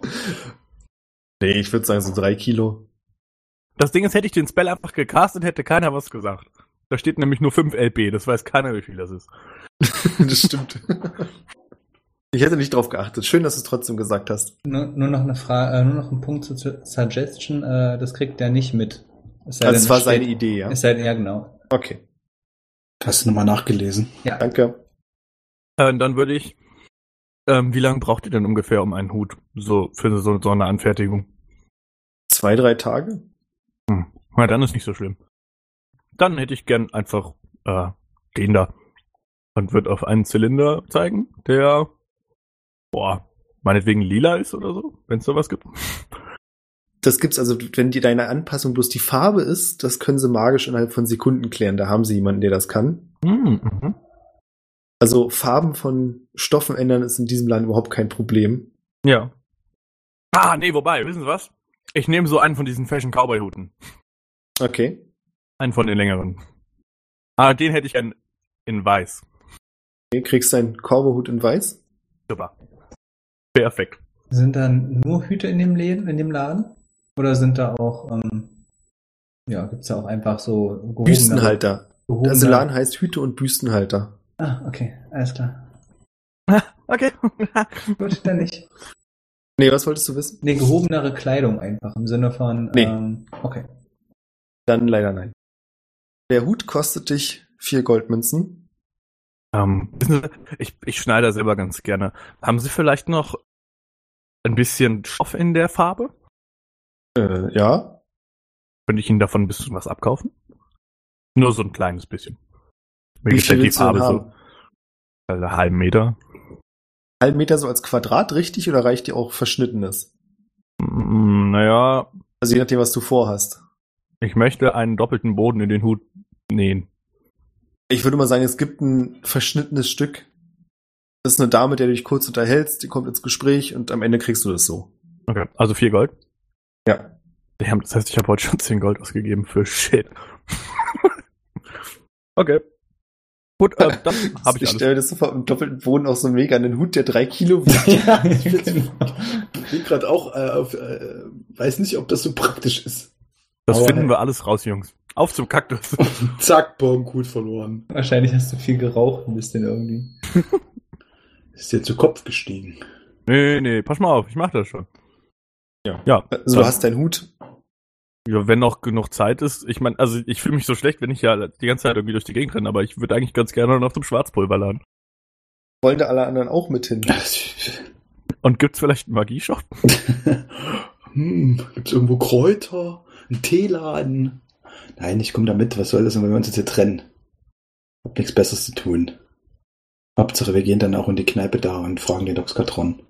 Nee, ich würde sagen so 3 Kilo. Das Ding ist, hätte ich den Spell einfach gecastet, hätte keiner was gesagt. Da steht nämlich nur 5 LP, das weiß keiner, wie viel das ist. das stimmt. Ich hätte nicht drauf geachtet. Schön, dass du es trotzdem gesagt hast. Nur, nur noch eine Frage, äh, nur noch ein Punkt zu zu Suggestion, äh, das kriegt der nicht mit. Es sei Also denn, es war steht- seine Idee, ja. Es sei denn, ja, genau. Okay, Hast du nochmal nachgelesen? danke. Äh, dann würde ich. Ähm, wie lange braucht ihr denn ungefähr um einen Hut? So für so, so eine Anfertigung. Zwei, drei Tage? Na, dann ist nicht so schlimm. Dann hätte ich gern einfach äh, den da. Und wird auf einen Zylinder zeigen, der boah, meinetwegen lila ist oder so, wenn es sowas gibt. Das gibt's also, wenn die deine Anpassung bloß die Farbe ist, das können sie magisch innerhalb von Sekunden klären. Da haben sie jemanden, der das kann. Hm, mhm. Also Farben von Stoffen ändern ist in diesem Land überhaupt kein Problem. Ja. Ah, nee, wobei, wissen Sie was? Ich nehme so einen von diesen Fashion Cowboy Huten. Okay. Einen von den längeren. Ah, den hätte ich gern in weiß. okay kriegst deinen Korberhut in weiß. Super. Perfekt. Sind da nur Hüte in dem Läden, in dem Laden? Oder sind da auch, ähm, ja, gibt's da auch einfach so gehobene- Büstenhalter. gehobene- halt. Der Selan heißt Hüte und Büstenhalter. Ah, okay, alles klar. Okay. Gut, dann nicht. Nee, was wolltest du wissen? Nee, gehobenere Kleidung einfach, im Sinne von, Nee. ähm, okay. Dann leider nein. Der Hut kostet dich vier Goldmünzen. ähm, wissen Sie, ich, ich schneide da selber ganz gerne. Haben Sie vielleicht noch ein bisschen Stoff in der Farbe? Äh, ja. Könnte ich Ihnen davon ein bisschen was abkaufen? Nur so ein kleines bisschen. Mir Wie viel gefällt die willst du denn Farbe haben? so. Also einen halben Meter. halben Meter so als Quadrat richtig oder reicht dir auch Verschnittenes? Mm, Naja, Also je nachdem, was du vorhast. ich möchte einen doppelten Boden in den Hut nähen. Ich würde mal sagen, es gibt ein verschnittenes Stück. Das ist eine Dame, mit der du dich kurz unterhältst, die kommt ins Gespräch und am Ende kriegst du das so. Okay. Also vier Gold? Ja. Damn, das heißt, ich habe heute schon zehn Gold ausgegeben für Shit. okay. Gut, äh, dann habe ich ich alles. stelle mir das sofort im doppelten Boden auch so mega an den Hut, der drei Kilo wiegt. Also Ja, genau. Ich bin gerade auch, äh, auf, äh, weiß nicht, ob das so praktisch ist. Das Aua, finden ey. wir alles raus, Jungs. Auf zum Kaktus. Zack, Baum gut verloren. Wahrscheinlich hast du viel geraucht und bist dann irgendwie. Ist dir zu Kopf gestiegen. nee, nee, pass mal auf, ich mache das schon. Also du hast deinen Hut. Ja, wenn noch genug Zeit ist. Ich meine, also ich fühle mich so schlecht, wenn ich ja die ganze Zeit irgendwie durch die Gegend renne, aber ich würde eigentlich ganz gerne noch zum Schwarzpulverladen. Wollen da alle anderen auch mit hin? Und gibt's vielleicht einen Magieshop? hm, gibt's irgendwo Kräuter? Einen Teeladen? Nein, ich komme da mit. Was soll das denn, wenn wir uns jetzt hier trennen? Hab nichts Besseres zu tun. Hauptsache, wir gehen dann auch in die Kneipe da und fragen den Oxcatron.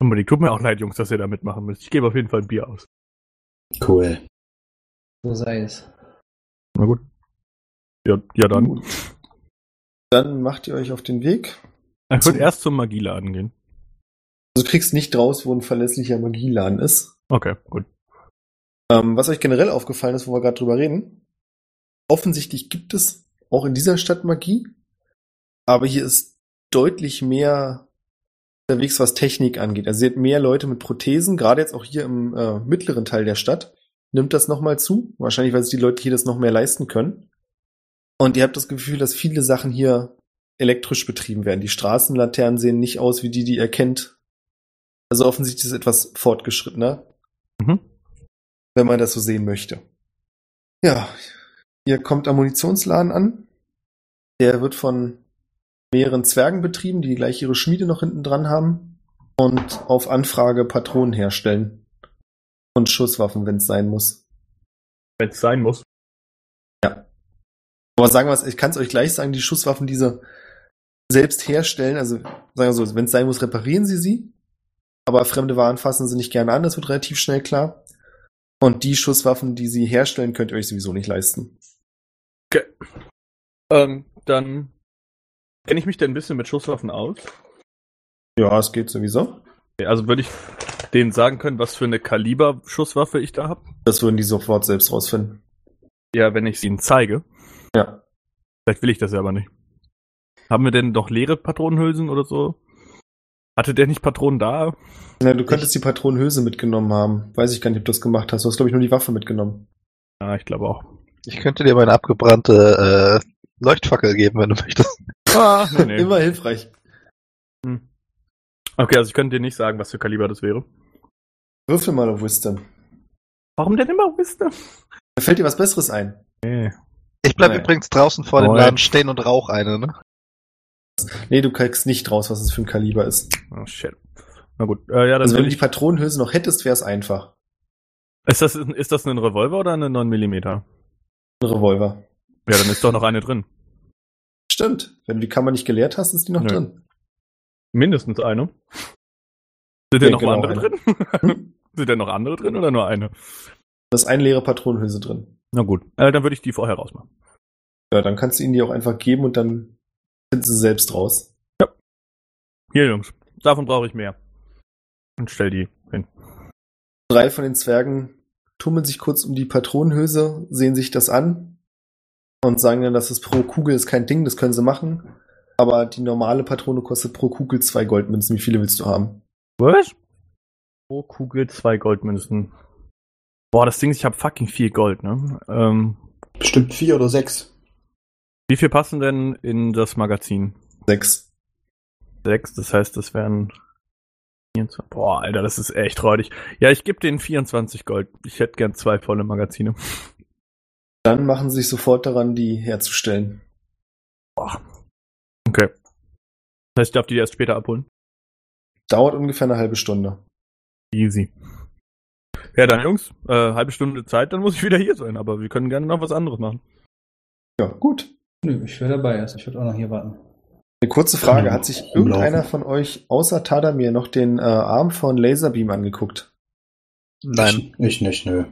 Unbedingt. Tut mir auch leid, Jungs, dass ihr da mitmachen müsst. Ich gebe auf jeden Fall ein Bier aus. Cool. So sei es. Na gut. Ja, ja dann. Dann macht ihr euch auf den Weg. Ich würde erst zum Magieladen gehen. Also du kriegst nicht raus, wo ein verlässlicher Magieladen ist. Okay, gut. Ähm, was euch generell aufgefallen ist, wo wir gerade drüber reden, offensichtlich gibt es auch in dieser Stadt Magie, aber hier ist deutlich mehr unterwegs, was Technik angeht. Also ihr habt mehr Leute mit Prothesen, gerade jetzt auch hier im äh, mittleren Teil der Stadt, nimmt das nochmal zu. Wahrscheinlich, weil sich die Leute hier das noch mehr leisten können. Und ihr habt das Gefühl, dass viele Sachen hier elektrisch betrieben werden. Die Straßenlaternen sehen nicht aus wie die, die ihr kennt. Also offensichtlich ist es etwas fortgeschrittener Mhm. wenn man das so sehen möchte. Ja, ihr kommt am Munitionsladen an. Der wird von mehreren Zwergen betrieben, die gleich ihre Schmiede noch hinten dran haben und auf Anfrage Patronen herstellen und Schusswaffen, wenn es sein muss. Wenn es sein muss. Aber sagen wir es, ich kann es euch gleich sagen, die Schusswaffen, diese selbst herstellen, also sagen wir so, wenn es sein muss, reparieren sie sie. Aber fremde Waren fassen sie nicht gerne an, das wird relativ schnell klar. Und die Schusswaffen, die sie herstellen, könnt ihr euch sowieso nicht leisten. Ähm, dann kenne ich mich denn ein bisschen mit Schusswaffen aus. Ja, es geht sowieso. Also würde ich denen sagen können, was für eine Kaliber-Schusswaffe ich da habe? Das würden die sofort selbst rausfinden. Ja, wenn ich sie ihnen zeige. Ja. Vielleicht will ich das ja aber nicht. Haben wir denn doch leere Patronenhülsen oder so? Hatte der nicht Patronen da? Na, du könntest die Patronenhülse mitgenommen haben. Weiß ich gar nicht, ob du das gemacht hast. Du hast, glaube ich, nur die Waffe mitgenommen. Ja, ich glaube auch. Ich könnte dir meine abgebrannte äh, Leuchtfackel geben, wenn du möchtest. Ah, nee, nee. Immer hilfreich. Hm. Okay, also ich könnte dir nicht sagen, was für Kaliber das wäre. Würfel mal auf Wisdom. Warum denn immer Wisdom? Da fällt dir was Besseres ein. Nee. Ich bleibe Nein. übrigens draußen vor dem Moin. Laden stehen und rauch eine, ne? Nee, du kriegst nicht raus, was es für ein Kaliber ist. Oh, shit. Na gut, äh, ja, dann Also wenn will du die ich. Patronenhülse noch hättest, wäre es einfach. Ist das, ist das ein Revolver oder eine 9 mm? Ja, Ein Revolver. dann ist doch noch eine drin. Stimmt. Wenn du die Kammer nicht geleert hast, ist die noch Nö. drin. Mindestens eine. Sind denn Ja, noch genau, andere eine. drin? Sind denn noch andere drin oder nur eine? Da ist eine leere Patronenhülse drin. Na gut, äh, dann würde ich die vorher rausmachen. Ja, dann kannst du ihnen die auch einfach geben und dann finden sie selbst raus. Hier, Jungs, davon brauche ich mehr. Und stell die hin. Drei von den Zwergen tummeln sich kurz um die Patronenhülse, sehen sich das an und sagen dann, dass es pro Kugel ist kein Ding, das können sie machen. Aber die normale Patrone kostet pro Kugel zwei Goldmünzen. Wie viele willst du haben? Was? Pro Kugel zwei Goldmünzen. Boah, das Ding ist, ich habe fucking viel Gold, ne? Ähm, Bestimmt vier oder sechs. wie viel passen denn in das Magazin? Sechs. Sechs, das heißt, das wären 24. Boah, Alter, das ist echt räudig. Ja, ich gebe denen 24 Gold. Ich hätte gern zwei volle Magazine. Dann machen sie sich sofort daran, die herzustellen. Okay. Das heißt, ich darf die erst später abholen. Dauert ungefähr eine halbe Stunde. Easy. Ja, dann Jungs, äh, halbe Stunde Zeit, dann muss ich wieder hier sein, aber wir können gerne noch was anderes machen. Ja, gut. Nö, ich wäre dabei, also ich würde auch noch hier warten. Eine kurze Frage. Ja, Hat sich rumlaufen. irgendeiner von euch außer Tadamir noch den äh, Arm von Laserbeam angeguckt? Nein. Ich nicht, nö.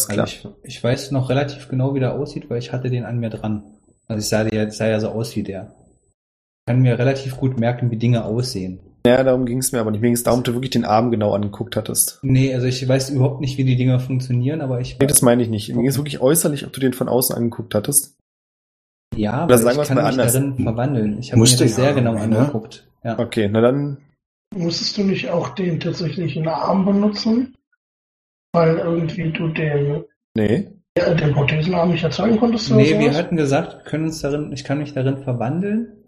Ist Weil ich, ich weiß noch relativ genau, wie der aussieht, weil ich hatte den an mir dran. Also ich sah, der, sah ja so aus wie der. Ich kann mir relativ gut merken, wie Dinge aussehen. Ja, darum ging es mir aber nicht. Mir ging es darum, ob du wirklich den Arm genau angeguckt hattest. Nee, also ich weiß überhaupt nicht, wie die Dinger funktionieren, aber ich. Nee, das meine ich nicht. Mir ging es wirklich äußerlich, ob du den von außen angeguckt hattest. ja, Oder aber sagen wir ich es kann mal mich anders. darin verwandeln. Ich habe mir Musst das du ja sehr genau irgendwie, ne? angeguckt. Ja. Okay, na dann. Musstest du nicht auch den tatsächlichen Arm benutzen? Weil irgendwie du den, Nee. äh, den Prothesenarm nicht erzeugen konntest oder Nee, wir sowas? hatten gesagt, wir können uns darin, ich kann mich darin verwandeln,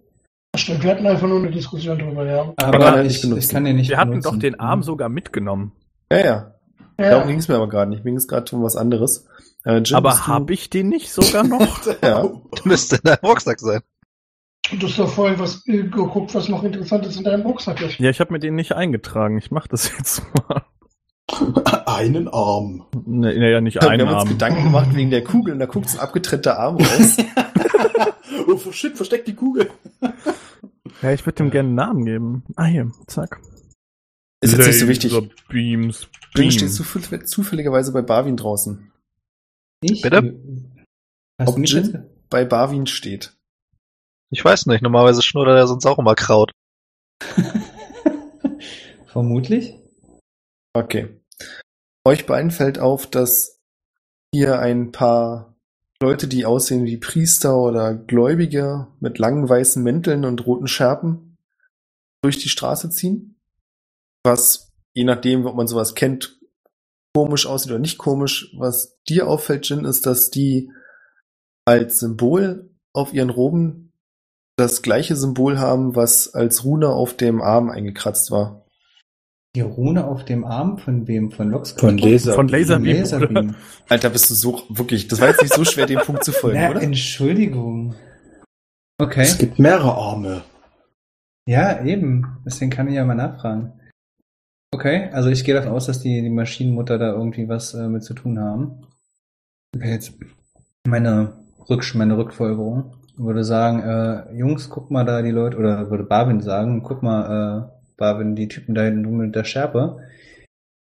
Stimmt, wir hatten einfach nur eine Diskussion drüber, ja. aber kann er nicht ich, ich benutzen. kann den nicht Wir hatten benutzen. doch den Arm sogar mitgenommen. Ja, ja. Darum Ja, ging es mir aber gerade nicht. Mir ging es gerade um was anderes. Äh, Jim, Aber bist du- habe ich den nicht sogar noch? Ja. Müsste in deinem Rucksack sein. du hast doch vorhin was äh, geguckt, was noch interessant ist in deinem Rucksack ist. ja, ich habe mir den nicht eingetragen. Ich mache das jetzt mal. Einen Arm. Nee, nee, Ne, ja, nicht Wir einen haben uns Arm. Gedanken gemacht wegen der Kugel und da guckt so ein abgetrennter Arm raus. oh shit, versteckt die Kugel. Ja, ich würde dem gerne einen Namen geben. Ah, hier, zack. Ist jetzt nicht so wichtig. Laser Beams. Drin steht zufäll- zufälligerweise bei Barwin draußen. Ich? Bitte? Hast Ob du mich Jin? jetzt? ge- Bei Barwin steht. Ich weiß nicht, normalerweise schnuddert er sonst auch immer Kraut. Vermutlich. Okay. Euch beiden fällt auf, dass hier ein paar Leute, die aussehen wie Priester oder Gläubige mit langen weißen Mänteln und roten Schärpen, durch die Straße ziehen. Was, je nachdem, ob man sowas kennt, komisch aussieht oder nicht komisch, was dir auffällt, Jin, ist, dass die als Symbol auf ihren Roben das gleiche Symbol haben, was als Rune auf dem Arm eingekratzt war. Die Rune auf dem Arm von wem? Von Lox? Von Laser. Von Laserbeam. oder? Laserbeam. Alter, bist du so wirklich. Das war jetzt nicht so schwer, den Punkt zu folgen, Na, oder? Entschuldigung. Okay. Es gibt mehrere Arme. Ja, eben. Deswegen kann ich ja mal nachfragen. Okay, also ich gehe davon aus, dass die, die Maschinenmutter da irgendwie was äh, mit zu tun haben. Okay, jetzt meine, Rücksch meine Rückfolgerung. Würde sagen, äh, Jungs, guck mal da die Leute, oder würde Barwin sagen, guck mal, äh, Barwin, die Typen da hinten mit der Schärpe,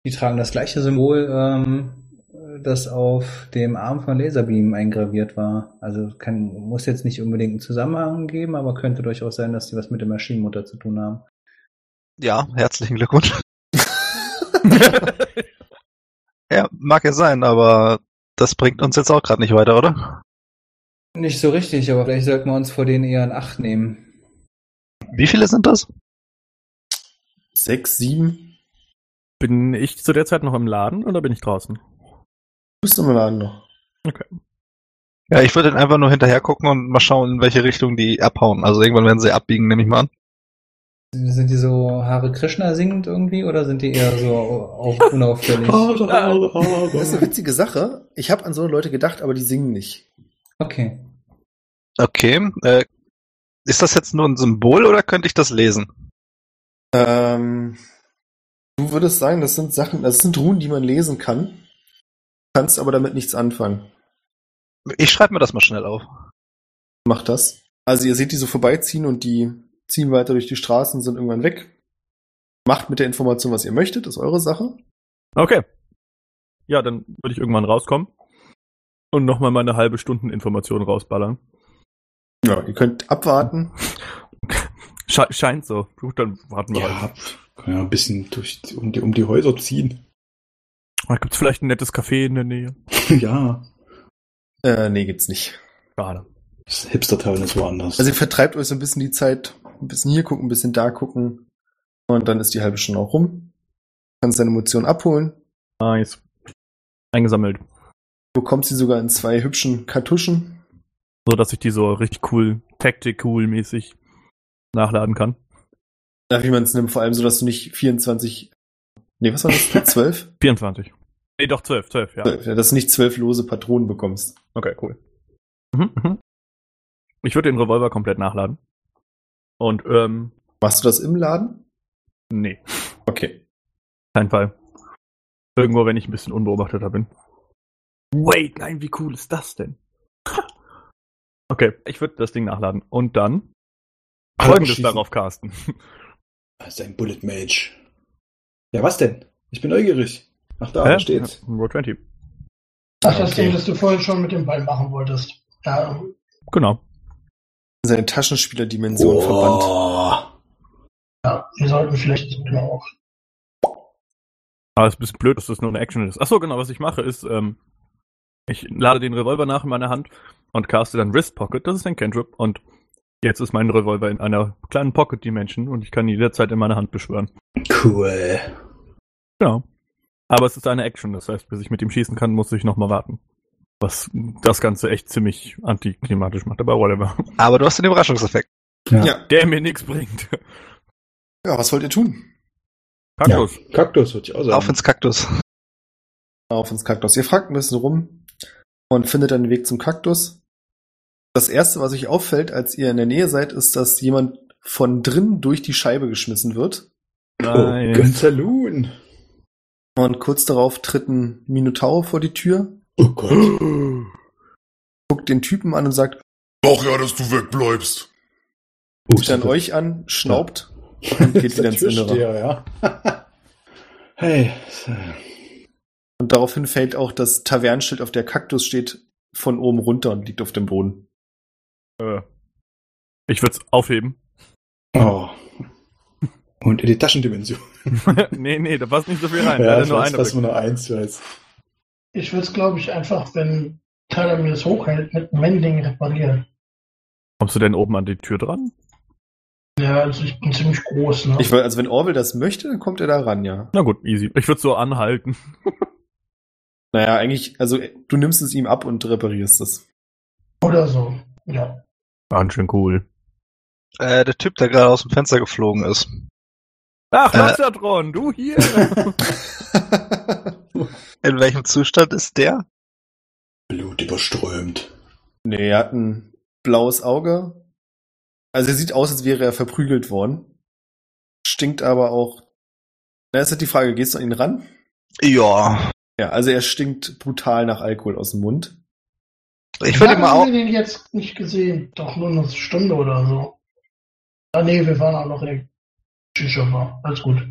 die tragen das gleiche Symbol, ähm, das auf dem Arm von Laserbeam eingraviert war. Also kann, muss jetzt nicht unbedingt einen Zusammenhang geben, aber könnte durchaus sein, dass die was mit der Maschinenmutter zu tun haben. Ja, herzlichen Glückwunsch. ja, mag ja sein, aber das bringt uns jetzt auch gerade nicht weiter, oder? Nicht so richtig, aber vielleicht sollten wir uns vor denen eher in Acht nehmen. Wie viele sind das? Sechs, sieben. Bin ich zu der Zeit noch im Laden oder bin ich draußen? Du bist im Laden noch. Ja, ich würde dann einfach nur hinterher gucken und mal schauen, in welche Richtung die abhauen. Also irgendwann werden sie abbiegen, nehme ich mal an. Sind die so Hare Krishna singend irgendwie oder sind die eher so auf, unauffällig? oh, Äh, Das ist eine witzige Sache. Ich habe an so Leute gedacht, aber die singen nicht. Okay. Okay. Äh, ist das jetzt nur ein Symbol oder könnte ich das lesen? Ähm, du würdest sagen, das sind Sachen, das sind Runen, die man lesen kann. Kannst aber damit nichts anfangen. Ich schreibe mir das mal schnell auf. Mach das. Also ihr seht die so vorbeiziehen und die ziehen weiter durch die Straßen, sind irgendwann weg. Macht mit der Information, was ihr möchtet, ist eure Sache. Okay. Ja, dann würde ich irgendwann rauskommen und nochmal meine halbe Stunden Information rausballern. Ja, ihr könnt abwarten. Sche scheint so. Gut, dann warten wir halt. Ja, kann ja ein bisschen durch, um, die, um die Häuser ziehen. Da Ah, gibt's vielleicht ein nettes Café in der Nähe. ja. Äh, nee, gibt's nicht. Schade. Das Hipster-Town ist woanders. Also ihr vertreibt euch so ein bisschen die Zeit, ein bisschen hier gucken, ein bisschen da gucken. Und dann ist die halbe Stunde auch rum. Kannst deine Emotionen abholen. Nice. Eingesammelt. Du bekommst sie sogar in zwei hübschen Kartuschen. So dass ich die so richtig cool, tactic cool mäßig nachladen kann. Na, wie man es nimmt, vor allem so, dass du nicht 24. Nee, was war das? 12? 24. Nee, doch 12, 12, ja. 12, ja, dass du nicht zwölf lose Patronen bekommst. Okay, cool. Mhm, mhm. Ich würde den Revolver komplett nachladen. Und, ähm, Machst du das im Laden? nee, Okay. kein Fall. Irgendwo, wenn ich ein bisschen unbeobachteter bin. Wait, nein, wie cool ist das denn? okay, ich würde das Ding nachladen. Und dann Folgendes Schießen. darauf casten. Das ist ein Bullet Mage. Ja, was denn? Ich bin neugierig. Ach, da, da steht's. Ja, Roll 20. Ach, das Okay. Ding, das du vorhin schon mit dem Ball machen wolltest. Ja, Genau. Seine Taschenspielerdimension verbannt. ja, wir sollten vielleicht genau auch. Aber es Ah, ist ein bisschen blöd, dass das nur eine Action ist. Achso, genau, was ich mache ist, ähm, ich lade den Revolver nach in meiner Hand und caste dann Wrist Pocket, das ist ein Cantrip, und jetzt ist mein Revolver in einer kleinen Pocket Dimension und ich kann ihn jederzeit in meiner Hand beschwören. Cool. Genau. Aber es ist eine Action, das heißt, bis ich mit ihm schießen kann, muss ich nochmal warten. Was das Ganze echt ziemlich antiklimatisch macht, aber whatever. Aber du hast den Überraschungseffekt. Der mir nichts bringt. Ja, was wollt ihr tun? Kaktus. Kaktus würde ich auch sagen. Auf ins Kaktus. Auf ins Kaktus. Ihr fragt ein bisschen rum und findet dann den Weg zum Kaktus. Das erste, was euch auffällt, als ihr in der Nähe seid, ist, dass jemand von drin durch die Scheibe geschmissen wird. oh, Gönzalun. Und kurz darauf tritt ein Minotaur vor die Tür, Oh Gott. guckt den Typen an und sagt, Doch ja, dass du wegbleibst. Oh, guckt dann euch an, schnaubt und geht wieder ins Innere. Ja, ja. hey. Und daraufhin fällt auch das Tavernenschild, auf der Kaktus steht, von oben runter und liegt auf dem Boden. Äh, ich würde es aufheben. Oh. Und in die Taschendimension. nee, nee, da passt nicht so viel rein. ja, Leider ich nur weiß, eine dass man nur eins weiß. Ich würde es, glaube ich, einfach, wenn Tyler mir das hochhält, mit einem Mending reparieren. Kommst du denn oben an die Tür dran? Ja, also ich bin ziemlich groß, ne? Ich will, also wenn Orwell das möchte, dann kommt er da ran, ja. Na gut, easy. Ich würde so anhalten. Naja, eigentlich, also du nimmst es ihm ab und reparierst es. Oder so. Ja. Ganz schön cool. Äh, der Typ, der gerade aus dem Fenster geflogen ist. Ach, Äh. Lazatron, du hier! In welchem Zustand ist der? Blut überströmt. nee, er hat ein blaues Auge. Also er sieht aus, als wäre er verprügelt worden. Stinkt aber auch. Na, jetzt ist halt die Frage, gehst du an ihn ran? Ja. Ja, also er stinkt brutal nach Alkohol aus dem Mund. Ich würde Wann ihn mal haben auch. wir den jetzt nicht gesehen? Doch nur eine Stunde oder so. Ah, nee, wir waren auch noch in der Shisha-Bar. Alles gut.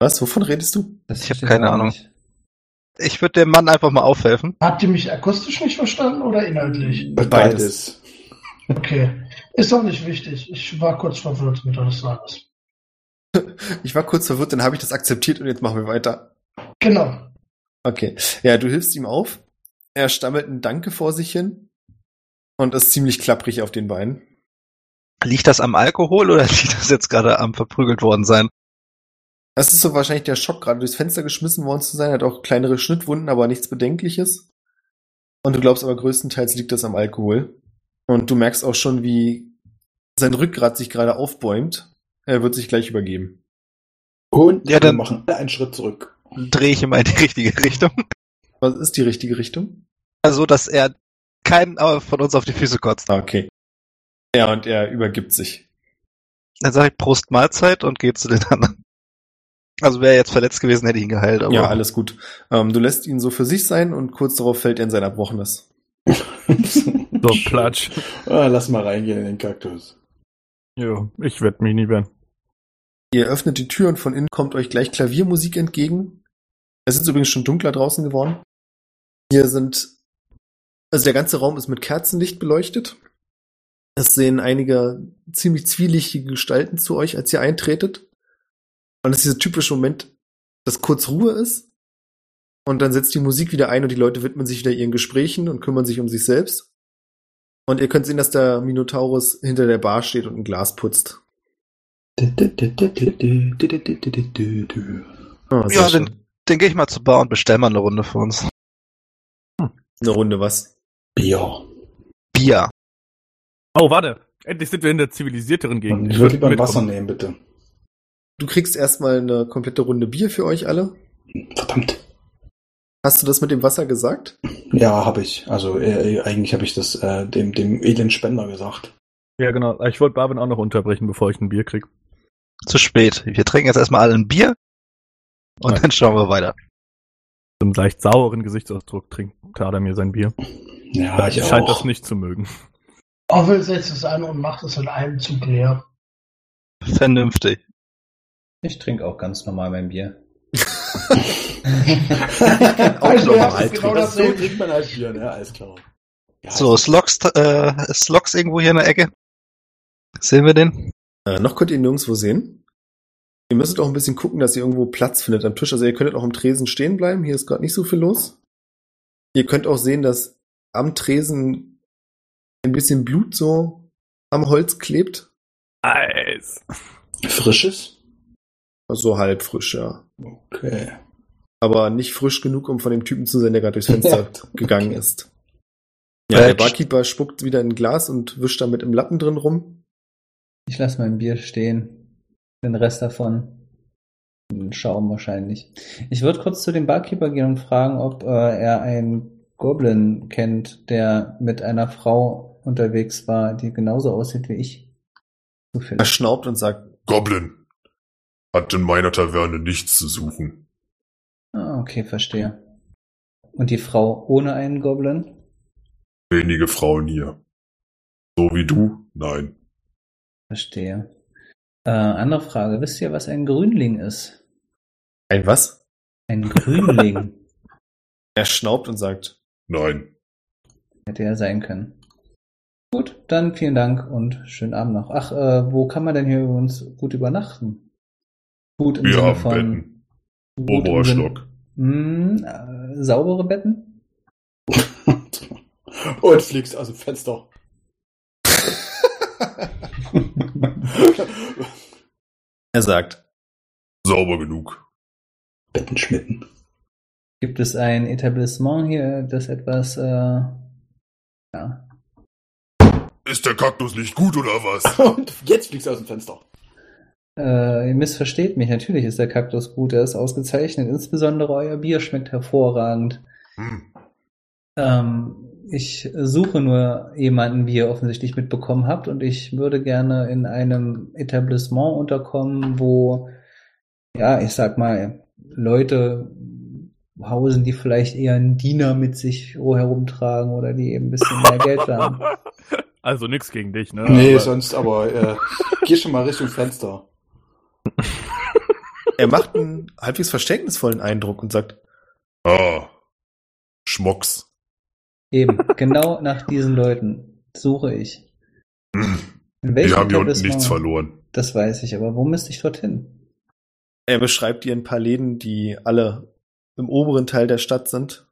Was? Wovon redest du? Das Ich hab verstehe keine auch Ahnung. nicht. Ich würde dem Mann einfach mal aufhelfen. Habt ihr mich akustisch nicht verstanden oder inhaltlich? Beides. Okay. Ist doch nicht wichtig. Ich war kurz verwirrt mit alles Tages. Ich war kurz verwirrt, dann habe ich das akzeptiert und jetzt machen wir weiter. Genau. Okay. Ja, du hilfst ihm auf. Er stammelt ein Danke vor sich hin und ist ziemlich klapprig auf den Beinen. Liegt das am Alkohol oder liegt das jetzt gerade am verprügelt worden sein? Das ist so wahrscheinlich der Schock, gerade durchs Fenster geschmissen worden zu sein. Er hat auch kleinere Schnittwunden, aber nichts Bedenkliches. Und du glaubst aber größtenteils liegt das am Alkohol. Und du merkst auch schon, wie sein Rückgrat sich gerade aufbäumt. Er wird sich gleich übergeben. Und Ja, dann- wir machen alle einen Schritt zurück. Drehe ich ihn mal in die richtige Richtung. Was ist die richtige Richtung? Also, dass er keinen äh, von uns auf die Füße kotzt. Ah, Okay. Ja, und er übergibt sich. Dann sage ich Prost Mahlzeit und gehe zu den anderen. Also wäre er jetzt verletzt gewesen, hätte ich ihn geheilt, aber ja, alles gut. Ähm, du lässt ihn so für sich sein und kurz darauf fällt er in sein Erbrochenes. So, platsch. Ah, lass mal reingehen in den Kaktus. Jo, ich werd mich nie wehren. Ihr öffnet die Tür und von innen kommt euch gleich Klaviermusik entgegen. Es ist übrigens schon dunkler draußen geworden. Hier sind, also der ganze Raum ist mit Kerzenlicht beleuchtet. Es sehen einige ziemlich zwielichtige Gestalten zu euch, als ihr eintretet. Und es ist dieser typische Moment, dass kurz Ruhe ist. Und dann setzt die Musik wieder ein und die Leute widmen sich wieder ihren Gesprächen und kümmern sich um sich selbst. Und ihr könnt sehen, dass der Minotaurus hinter der Bar steht und ein Glas putzt. Ah, sehr Ja, schön. dann gehe ich mal zur Bar und bestell mal eine Runde für uns. Eine Runde was. Bier. Bier. Oh, warte. Endlich sind wir in der zivilisierteren Gegend. Ich würde lieber ein mitkommen. Wasser nehmen, bitte. Du kriegst erstmal eine komplette Runde Bier für euch alle. Verdammt. Hast du das mit dem Wasser gesagt? Ja, habe ich. Also äh, eigentlich habe ich das äh, dem, dem edlen Spender gesagt. Ja, genau. Ich wollte Barwin auch noch unterbrechen, bevor ich ein Bier krieg. Zu spät. Wir trinken jetzt erstmal alle ein Bier und Nein. dann schauen wir weiter. Mit einem leicht sauren Gesichtsausdruck trinkt Tada mir sein Bier. Ja, ich Scheint auch. das nicht zu mögen. Orwell setzt es an und macht es in einem Zug leer. Vernünftig. Ich trinke auch ganz normal mein Bier. Also, Auch ja, normal genau trinken. das so sehe ich. trinkt man halt Bier, ne? Alles klar. Ja, So, ist Lox, äh, ist Lox irgendwo hier in der Ecke? Sehen wir den? Äh, noch könnt ihr ihn nirgendwo sehen. Ihr müsstet auch ein bisschen gucken, dass ihr irgendwo Platz findet am Tisch. Also ihr könntet auch am Tresen stehen bleiben. Hier ist gerade nicht so viel los. Ihr könnt auch sehen, dass am Tresen ein bisschen Blut so am Holz klebt. Nice. Frisches? Also halb frisch, ja. Okay. Aber nicht frisch genug, um von dem Typen zu sein, der gerade durchs Fenster gegangen ist. Ja, Äh, der Barkeeper spuckt wieder in ein Glas und wischt damit im Lappen drin rum. Ich lasse mein Bier stehen. Den Rest davon. Den Schaum wahrscheinlich. Ich würde kurz zu dem Barkeeper gehen und fragen, ob äh, er einen Goblin kennt, der mit einer Frau unterwegs war, die genauso aussieht wie ich. Er Zufällig. schnaubt und sagt, Goblin. Hat in meiner Taverne nichts zu suchen. Ah, okay, verstehe. Und die Frau ohne einen Goblin? Wenige Frauen hier. So wie du? Nein. Verstehe. Äh, andere Frage. Wisst ihr, was ein Grünling ist? ein was? Ein Grünling Er schnaubt und sagt, Nein. hätte er sein können. Gut, dann vielen Dank und schönen Abend noch. Ach, äh, wo kann man denn hier übrigens gut übernachten? Gut im Wir Sinne haben von. Betten. gut im Oberer Sinne- Stock. Hm, äh, saubere Betten? Und fliegst aus dem Fenster. er sagt, Sauber genug. Betten schmitten. Gibt es ein Etablissement hier, das etwas, äh, ja, Ist der Kaktus nicht gut oder was? Und jetzt fliegst du aus dem Fenster. Äh, ihr missversteht mich. Natürlich ist der Kaktus gut. Er ist ausgezeichnet. Insbesondere euer Bier schmeckt hervorragend. Hm. Ähm, ich suche nur jemanden, wie ihr offensichtlich mitbekommen habt. Und ich würde gerne in einem Etablissement unterkommen, wo, ja, ich sag mal, Leute hausen, die vielleicht eher einen Diener mit sich herumtragen oder die eben ein bisschen mehr Geld haben. Also nix gegen dich, ne? nee, Aber- sonst aber äh, geh schon mal Richtung Fenster. Er macht einen halbwegs verständnisvollen Eindruck und sagt, Ah. Schmocks. Eben, genau nach diesen Leuten suche ich. Hm. In Wir welchem haben hier unten Etablissement? nichts verloren. Das weiß ich, aber wo müsste ich dorthin? er beschreibt ihr ein paar Läden, die alle im oberen Teil der Stadt sind.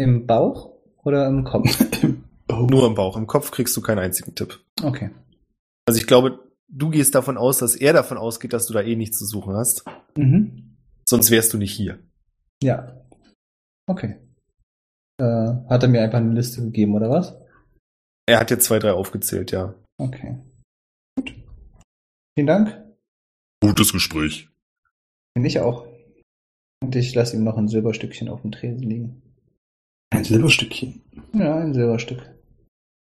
Im Bauch oder im Kopf? Nur im Bauch. Im Kopf kriegst du keinen einzigen Tipp. Okay. Also ich glaube, du gehst davon aus, dass er davon ausgeht, dass du da eh nichts zu suchen hast. Mhm. Sonst wärst du nicht hier. Ja. Okay. Äh, hat er mir einfach eine Liste gegeben, oder was? Er hat jetzt zwei, drei aufgezählt, ja. Okay. Gut. Vielen Dank. Gutes Gespräch. Bin ich auch. Und ich lasse ihm noch ein Silberstückchen auf dem Tresen liegen. Ein Silberstückchen. Ja, ein Silberstück.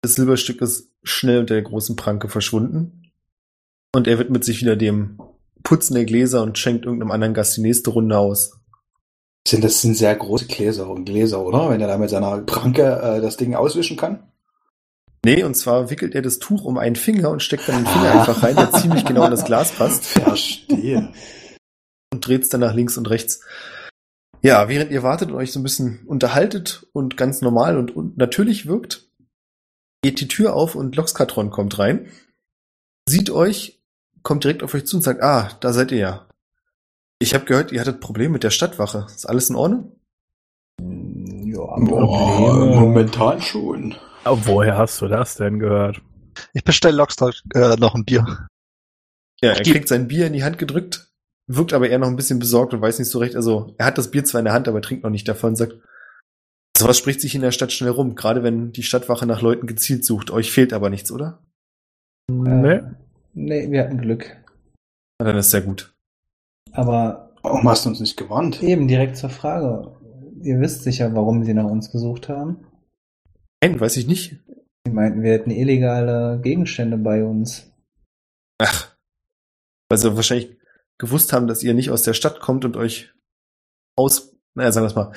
Das Silberstück ist schnell unter der großen Pranke verschwunden. Und er widmet sich wieder dem Putzen der Gläser und schenkt irgendeinem anderen Gast die nächste Runde aus. Sind das sind sehr große Gläser und Gläser, oder? Wenn er da mit seiner Pranke äh, das Ding auswischen kann. Nee, und zwar wickelt er das Tuch um einen Finger und steckt dann den Finger einfach rein, der ziemlich genau in das Glas passt. Verstehe. und dreht's dann nach links und rechts. Ja, während ihr wartet und euch so ein bisschen unterhaltet und ganz normal und, und natürlich wirkt, geht die Tür auf und Loxkatron kommt rein, sieht euch, kommt direkt auf euch zu und sagt, ah, da seid ihr ja. Ich habe gehört, ihr hattet Probleme mit der Stadtwache. Ist alles in Ordnung? Ja, Boah, momentan schon. Aber oh, woher hast du das denn gehört? Ich bestelle Lox äh, noch ein Bier. Ja, er Die- kriegt sein Bier in die Hand gedrückt, wirkt aber eher noch ein bisschen besorgt und weiß nicht so recht. Also er hat das Bier zwar in der Hand, aber er trinkt noch nicht davon, sagt, sowas spricht sich in der Stadt schnell rum, gerade wenn die Stadtwache nach Leuten gezielt sucht. Euch fehlt aber nichts, oder? Nee. Ähm, Nee, wir hatten Glück. Na, dann ist sehr gut. Aber Warum hast du uns nicht gewarnt? Eben direkt zur Frage. Ihr wisst sicher, warum sie nach uns gesucht haben. Nein, weiß ich nicht. Sie meinten, wir hätten illegale Gegenstände bei uns. Ach. Weil sie wahrscheinlich gewusst haben, dass ihr nicht aus der Stadt kommt und euch aus, naja, sagen wir es mal,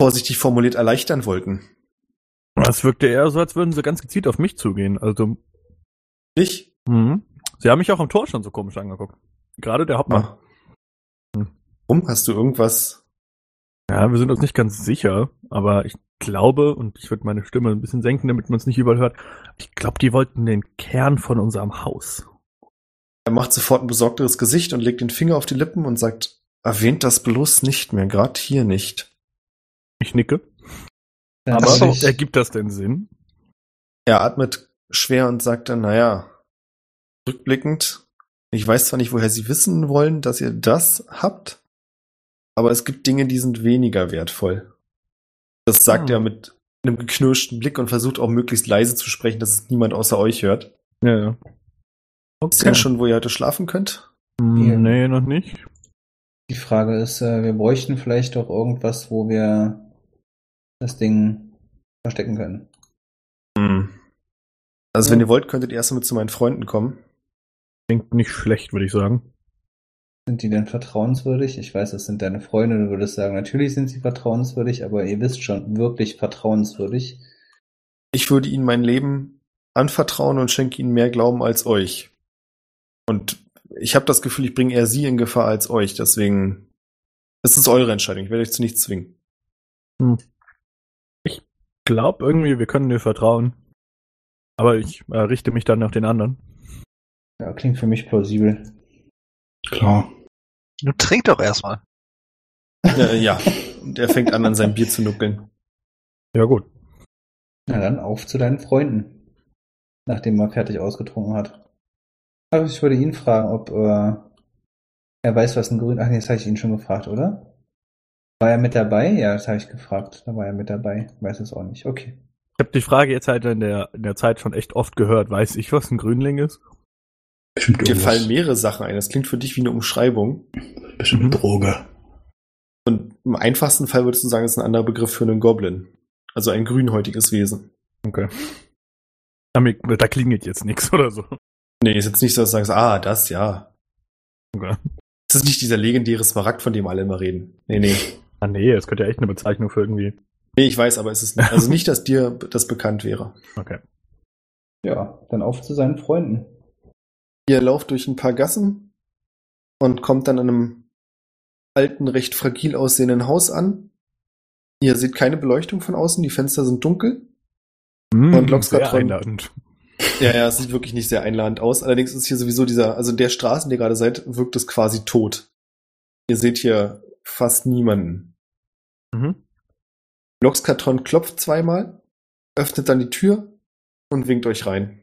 vorsichtig formuliert erleichtern wollten. Das wirkte eher so, als würden sie ganz gezielt auf mich zugehen. Also, Dich? mhm. sie haben mich auch am Tor schon so komisch angeguckt. Gerade der Hauptmann. Ah. Hm. Warum hast du irgendwas? Ja, wir sind uns nicht ganz sicher, aber ich glaube, und ich würde meine Stimme ein bisschen senken, damit man es nicht überall hört, ich glaube, die wollten den Kern von unserem Haus. Er macht sofort ein besorgteres Gesicht und legt den Finger auf die Lippen und sagt, erwähnt das bloß nicht mehr, gerade hier nicht. Ich nicke. Dann Aber würde ich- ergibt das denn Sinn? Er atmet schwer und sagt dann, naja, rückblickend, ich weiß zwar nicht, woher sie wissen wollen, dass ihr das habt, aber es gibt Dinge, die sind weniger wertvoll. Das sagt Hm. er mit einem geknirschten Blick und versucht auch möglichst leise zu sprechen, dass es niemand außer euch hört. Ja, ja. Wisst ihr schon, wo ihr heute schlafen könnt? Hm, nee, noch nicht. Die Frage ist, äh, wir bräuchten vielleicht doch irgendwas, wo wir das Ding verstecken können. Also, wenn ihr wollt, könntet ihr erstmal mit zu meinen Freunden kommen. Klingt nicht schlecht, würde ich sagen. Sind die denn vertrauenswürdig? Ich weiß, das sind deine Freunde, du würdest sagen, natürlich sind sie vertrauenswürdig, aber ihr wisst schon, wirklich vertrauenswürdig. Ich würde ihnen mein Leben anvertrauen und schenke ihnen mehr Glauben als euch. Und ich habe das Gefühl, ich bringe eher sie in Gefahr als euch. Deswegen es ist eure Entscheidung. Ich werde euch zu nichts zwingen. Glaub irgendwie, wir können dir vertrauen. Aber ich äh, richte mich dann nach den anderen. Ja, klingt für mich plausibel. Klar. Du trink doch erstmal. Äh, ja. Und er fängt an, an sein Bier zu nuckeln. Ja, gut. Na dann auf zu deinen Freunden, nachdem man fertig ausgetrunken hat. Aber ich würde ihn fragen, ob äh, er weiß, was ein Grün. Ach nee, das habe ich ihn schon gefragt, oder? War er mit dabei? Ja, das habe ich gefragt. Da war er mit dabei. Weiß es auch nicht. Okay. Ich habe die Frage jetzt halt in der, in der Zeit schon echt oft gehört. Weiß ich, was ein Grünling ist? Bestimmt Dir irgendwas. fallen mehrere Sachen ein. Das klingt für dich wie eine Umschreibung. Bestimmt eine Droge. Und im einfachsten Fall würdest du sagen, es ist ein anderer Begriff für einen Goblin. Also ein grünhäutiges Wesen. Da, mir- da klingelt jetzt nichts oder so. Nee, ist jetzt nicht so, dass du sagst, ah, das ja. Okay. Es ist nicht dieser legendäre Smaragd, von dem alle immer reden. Nee, nee. Ah, nee, das könnte ja echt eine Bezeichnung für irgendwie. Nee, ich weiß, aber es ist also nicht, dass dir das bekannt wäre. Okay. Ja, dann auf zu seinen Freunden. Ihr lauft durch ein paar Gassen und kommt dann an einem alten, recht fragil aussehenden Haus an. Ihr seht keine Beleuchtung von außen, die Fenster sind dunkel. Und Lockstar hm, sehr träumt. einladend. Ja, ja, es sieht wirklich nicht sehr einladend aus. Allerdings ist hier sowieso dieser, also in der Straße, in der ihr gerade seid, wirkt es quasi tot. Ihr seht hier fast niemanden. Mhm. Loxkarton klopft zweimal, öffnet dann die Tür und winkt euch rein.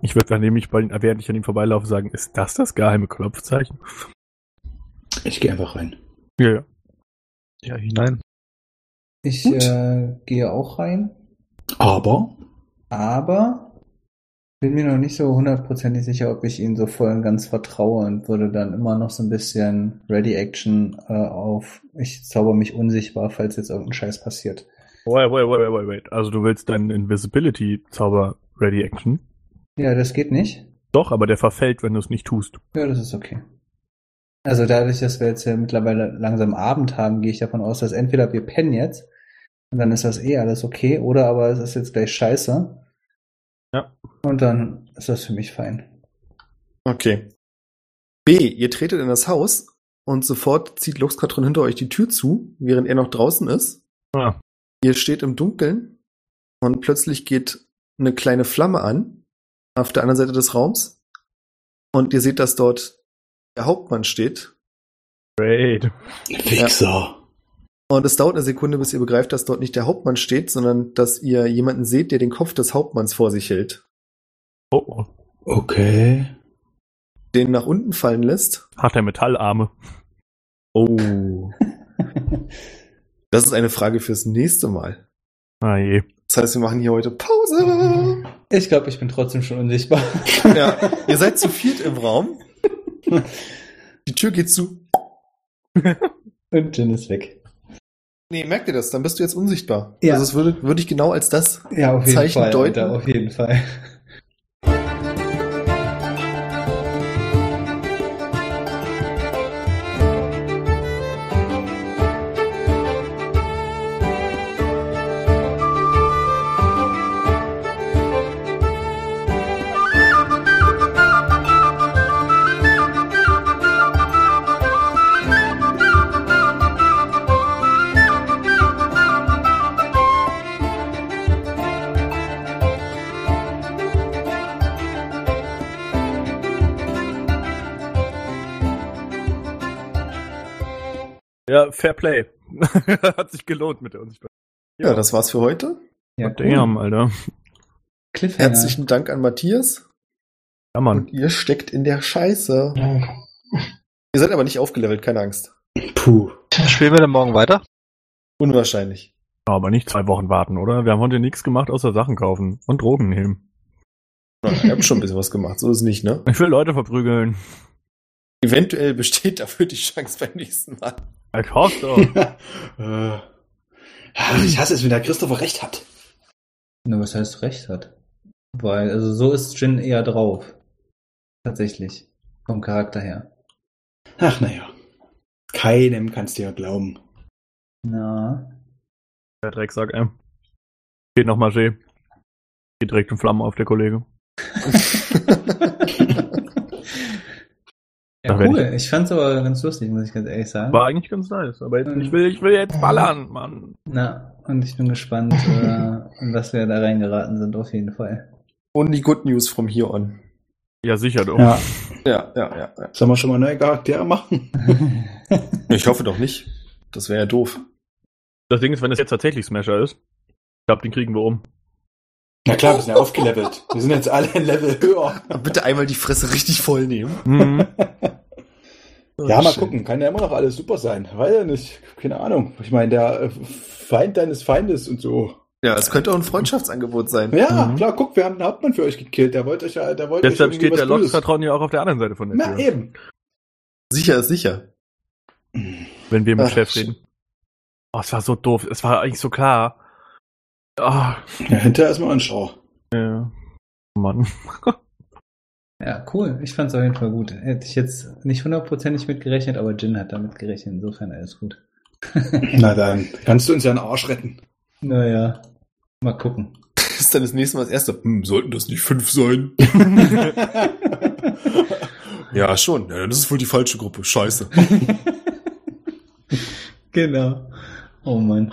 Ich würde dann nämlich, bei, während ich an ihm vorbeilaufe, sagen, ist das das geheime Klopfzeichen? Ich gehe einfach rein. Ja, ja. Ja, hinein. Ich Gut. äh, gehe auch rein, Aber aber bin mir noch nicht so hundertprozentig sicher, ob ich ihnen so voll und ganz vertraue und würde dann immer noch so ein bisschen Ready Action äh, auf. Ich zauber mich unsichtbar, falls jetzt irgendein Scheiß passiert. Wait, wait, wait, wait, wait, wait. Also du willst deinen Invisibility-Zauber Ready Action? Ja, das geht nicht. Doch, aber der verfällt, wenn du es nicht tust. Ja, das ist okay. Also dadurch, dass wir jetzt ja mittlerweile langsam Abend haben, gehe ich davon aus, dass entweder wir pennen jetzt und dann ist das eh alles okay, oder aber es ist jetzt gleich scheiße. Ja. Und dann ist das für mich fein. Okay. B, ihr tretet in das Haus und sofort zieht Luxkatron hinter euch die Tür zu, während er noch draußen ist. Ah. Ihr steht im Dunkeln und plötzlich geht eine kleine Flamme an auf der anderen Seite des Raums und ihr seht, dass dort der Hauptmann steht Great. Fixer. und es dauert eine Sekunde, bis ihr begreift, dass dort nicht der Hauptmann steht, sondern dass ihr jemanden seht, der den Kopf des Hauptmanns vor sich hält, Oh, oh. Okay. den nach unten fallen lässt. Hat er Metallarme? Oh. Das ist eine Frage fürs nächste Mal. Ah je. Das heißt, wir machen hier heute Pause. Ich glaube, ich bin trotzdem schon unsichtbar. Ja, ihr seid zu viert im Raum. Die Tür geht zu. Und Jin ist weg. Nee, merkt ihr das? Dann bist du jetzt unsichtbar. Ja. Also, das würde, würde ich genau als das. Ja, auf jeden Zeichen Fall. deuten. Alter, auf jeden Fall. Ja, Fair Play. Hat sich gelohnt mit der Unsichtbarkeit. Ja, das war's für heute. Ja, Damn, Alter. Cliffhanger. Herzlichen Dank an Matthias. Ja, Mann. Und ihr steckt in der Scheiße. Danke. Ihr seid aber nicht aufgelevelt, keine Angst. Puh. Spielen wir denn morgen weiter? Unwahrscheinlich. Aber nicht zwei Wochen warten, oder? Wir haben heute nichts gemacht, außer Sachen kaufen und Drogen nehmen. Na, Ihr habt schon ein bisschen was gemacht, so ist es nicht, ne? Ich will Leute verprügeln. Eventuell besteht dafür die Chance beim nächsten Mal. Ich hoffe doch. Äh, ich hasse es, wenn der Christopher recht hat. Na, was heißt recht hat? Weil, also so ist Jin eher drauf. Tatsächlich. Vom Charakter her. Ach naja. Keinem kannst du ja glauben. Na. der Drecksack, ey. Geht noch mal Geht direkt in Flammen auf, der Kollege. Ja, Ach, wenn cool. Ich fand's aber ganz lustig, muss ich ganz ehrlich sagen. War eigentlich ganz nice, aber jetzt, ich will, ich will jetzt ballern, Mann. Na, und ich bin gespannt, äh, in was wir da reingeraten sind, auf jeden Fall. Only good news from here on. Ja, sicher doch. Ja. Ja, ja, ja, ja. Sollen wir schon mal neue Charaktere machen? Ich hoffe doch nicht. Das wäre ja doof. Das Ding ist, wenn es jetzt tatsächlich Smasher ist, ich glaube, den kriegen wir um. Na klar, wir sind ja aufgelevelt. Wir sind jetzt alle ein Level höher. Bitte einmal die Fresse richtig voll nehmen. Mhm. Ja, mal gucken. Kann ja immer noch alles super sein. Weiß ja nicht. Keine Ahnung. Ich meine, der äh, Feind deines Feindes und so. Ja, es könnte auch ein Freundschaftsangebot sein. Ja, Mhm. klar, guck, wir haben den Hauptmann für euch gekillt. Der wollte euch ja, der wollte Deshalb euch steht irgendwie der was Böses. Lockstratron ja auch auf der anderen Seite von der Na Tür. eben. Sicher ist sicher. Wenn wir mit Ach, Chef shit. reden. Oh, es war so doof. Es war eigentlich so klar. Ah, Ja, hinterher erstmal anschauen. ja. Mann. Ja, cool. Ich fand's auf jeden Fall gut. Hätte ich jetzt nicht hundertprozentig mitgerechnet, aber Jin hat damit gerechnet. Insofern alles gut. Na dann, kannst du uns ja einen Arsch retten. Naja, mal gucken. Das ist dann das nächste Mal das erste. Hm, sollten das nicht fünf sein? ja, schon. Ja, das ist wohl die falsche Gruppe. Scheiße. Genau. Oh Mann.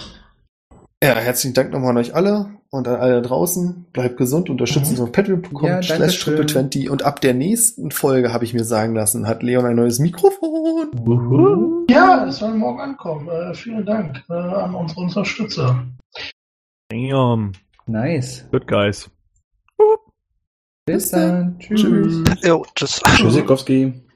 Ja, herzlichen Dank nochmal an euch alle und an alle da draußen. Bleibt gesund, unterstützt uns auf patreon.com Ja, danke slash schön. triple20 und ab der nächsten Folge, habe ich mir sagen lassen, hat Leon ein neues Mikrofon. Ja, es soll morgen ankommen. Äh, vielen Dank äh, an unsere Unterstützer. Damn. Nice. Good guys. Bis dann. Tschüss. Jo, tschüss. Tschüssikowski.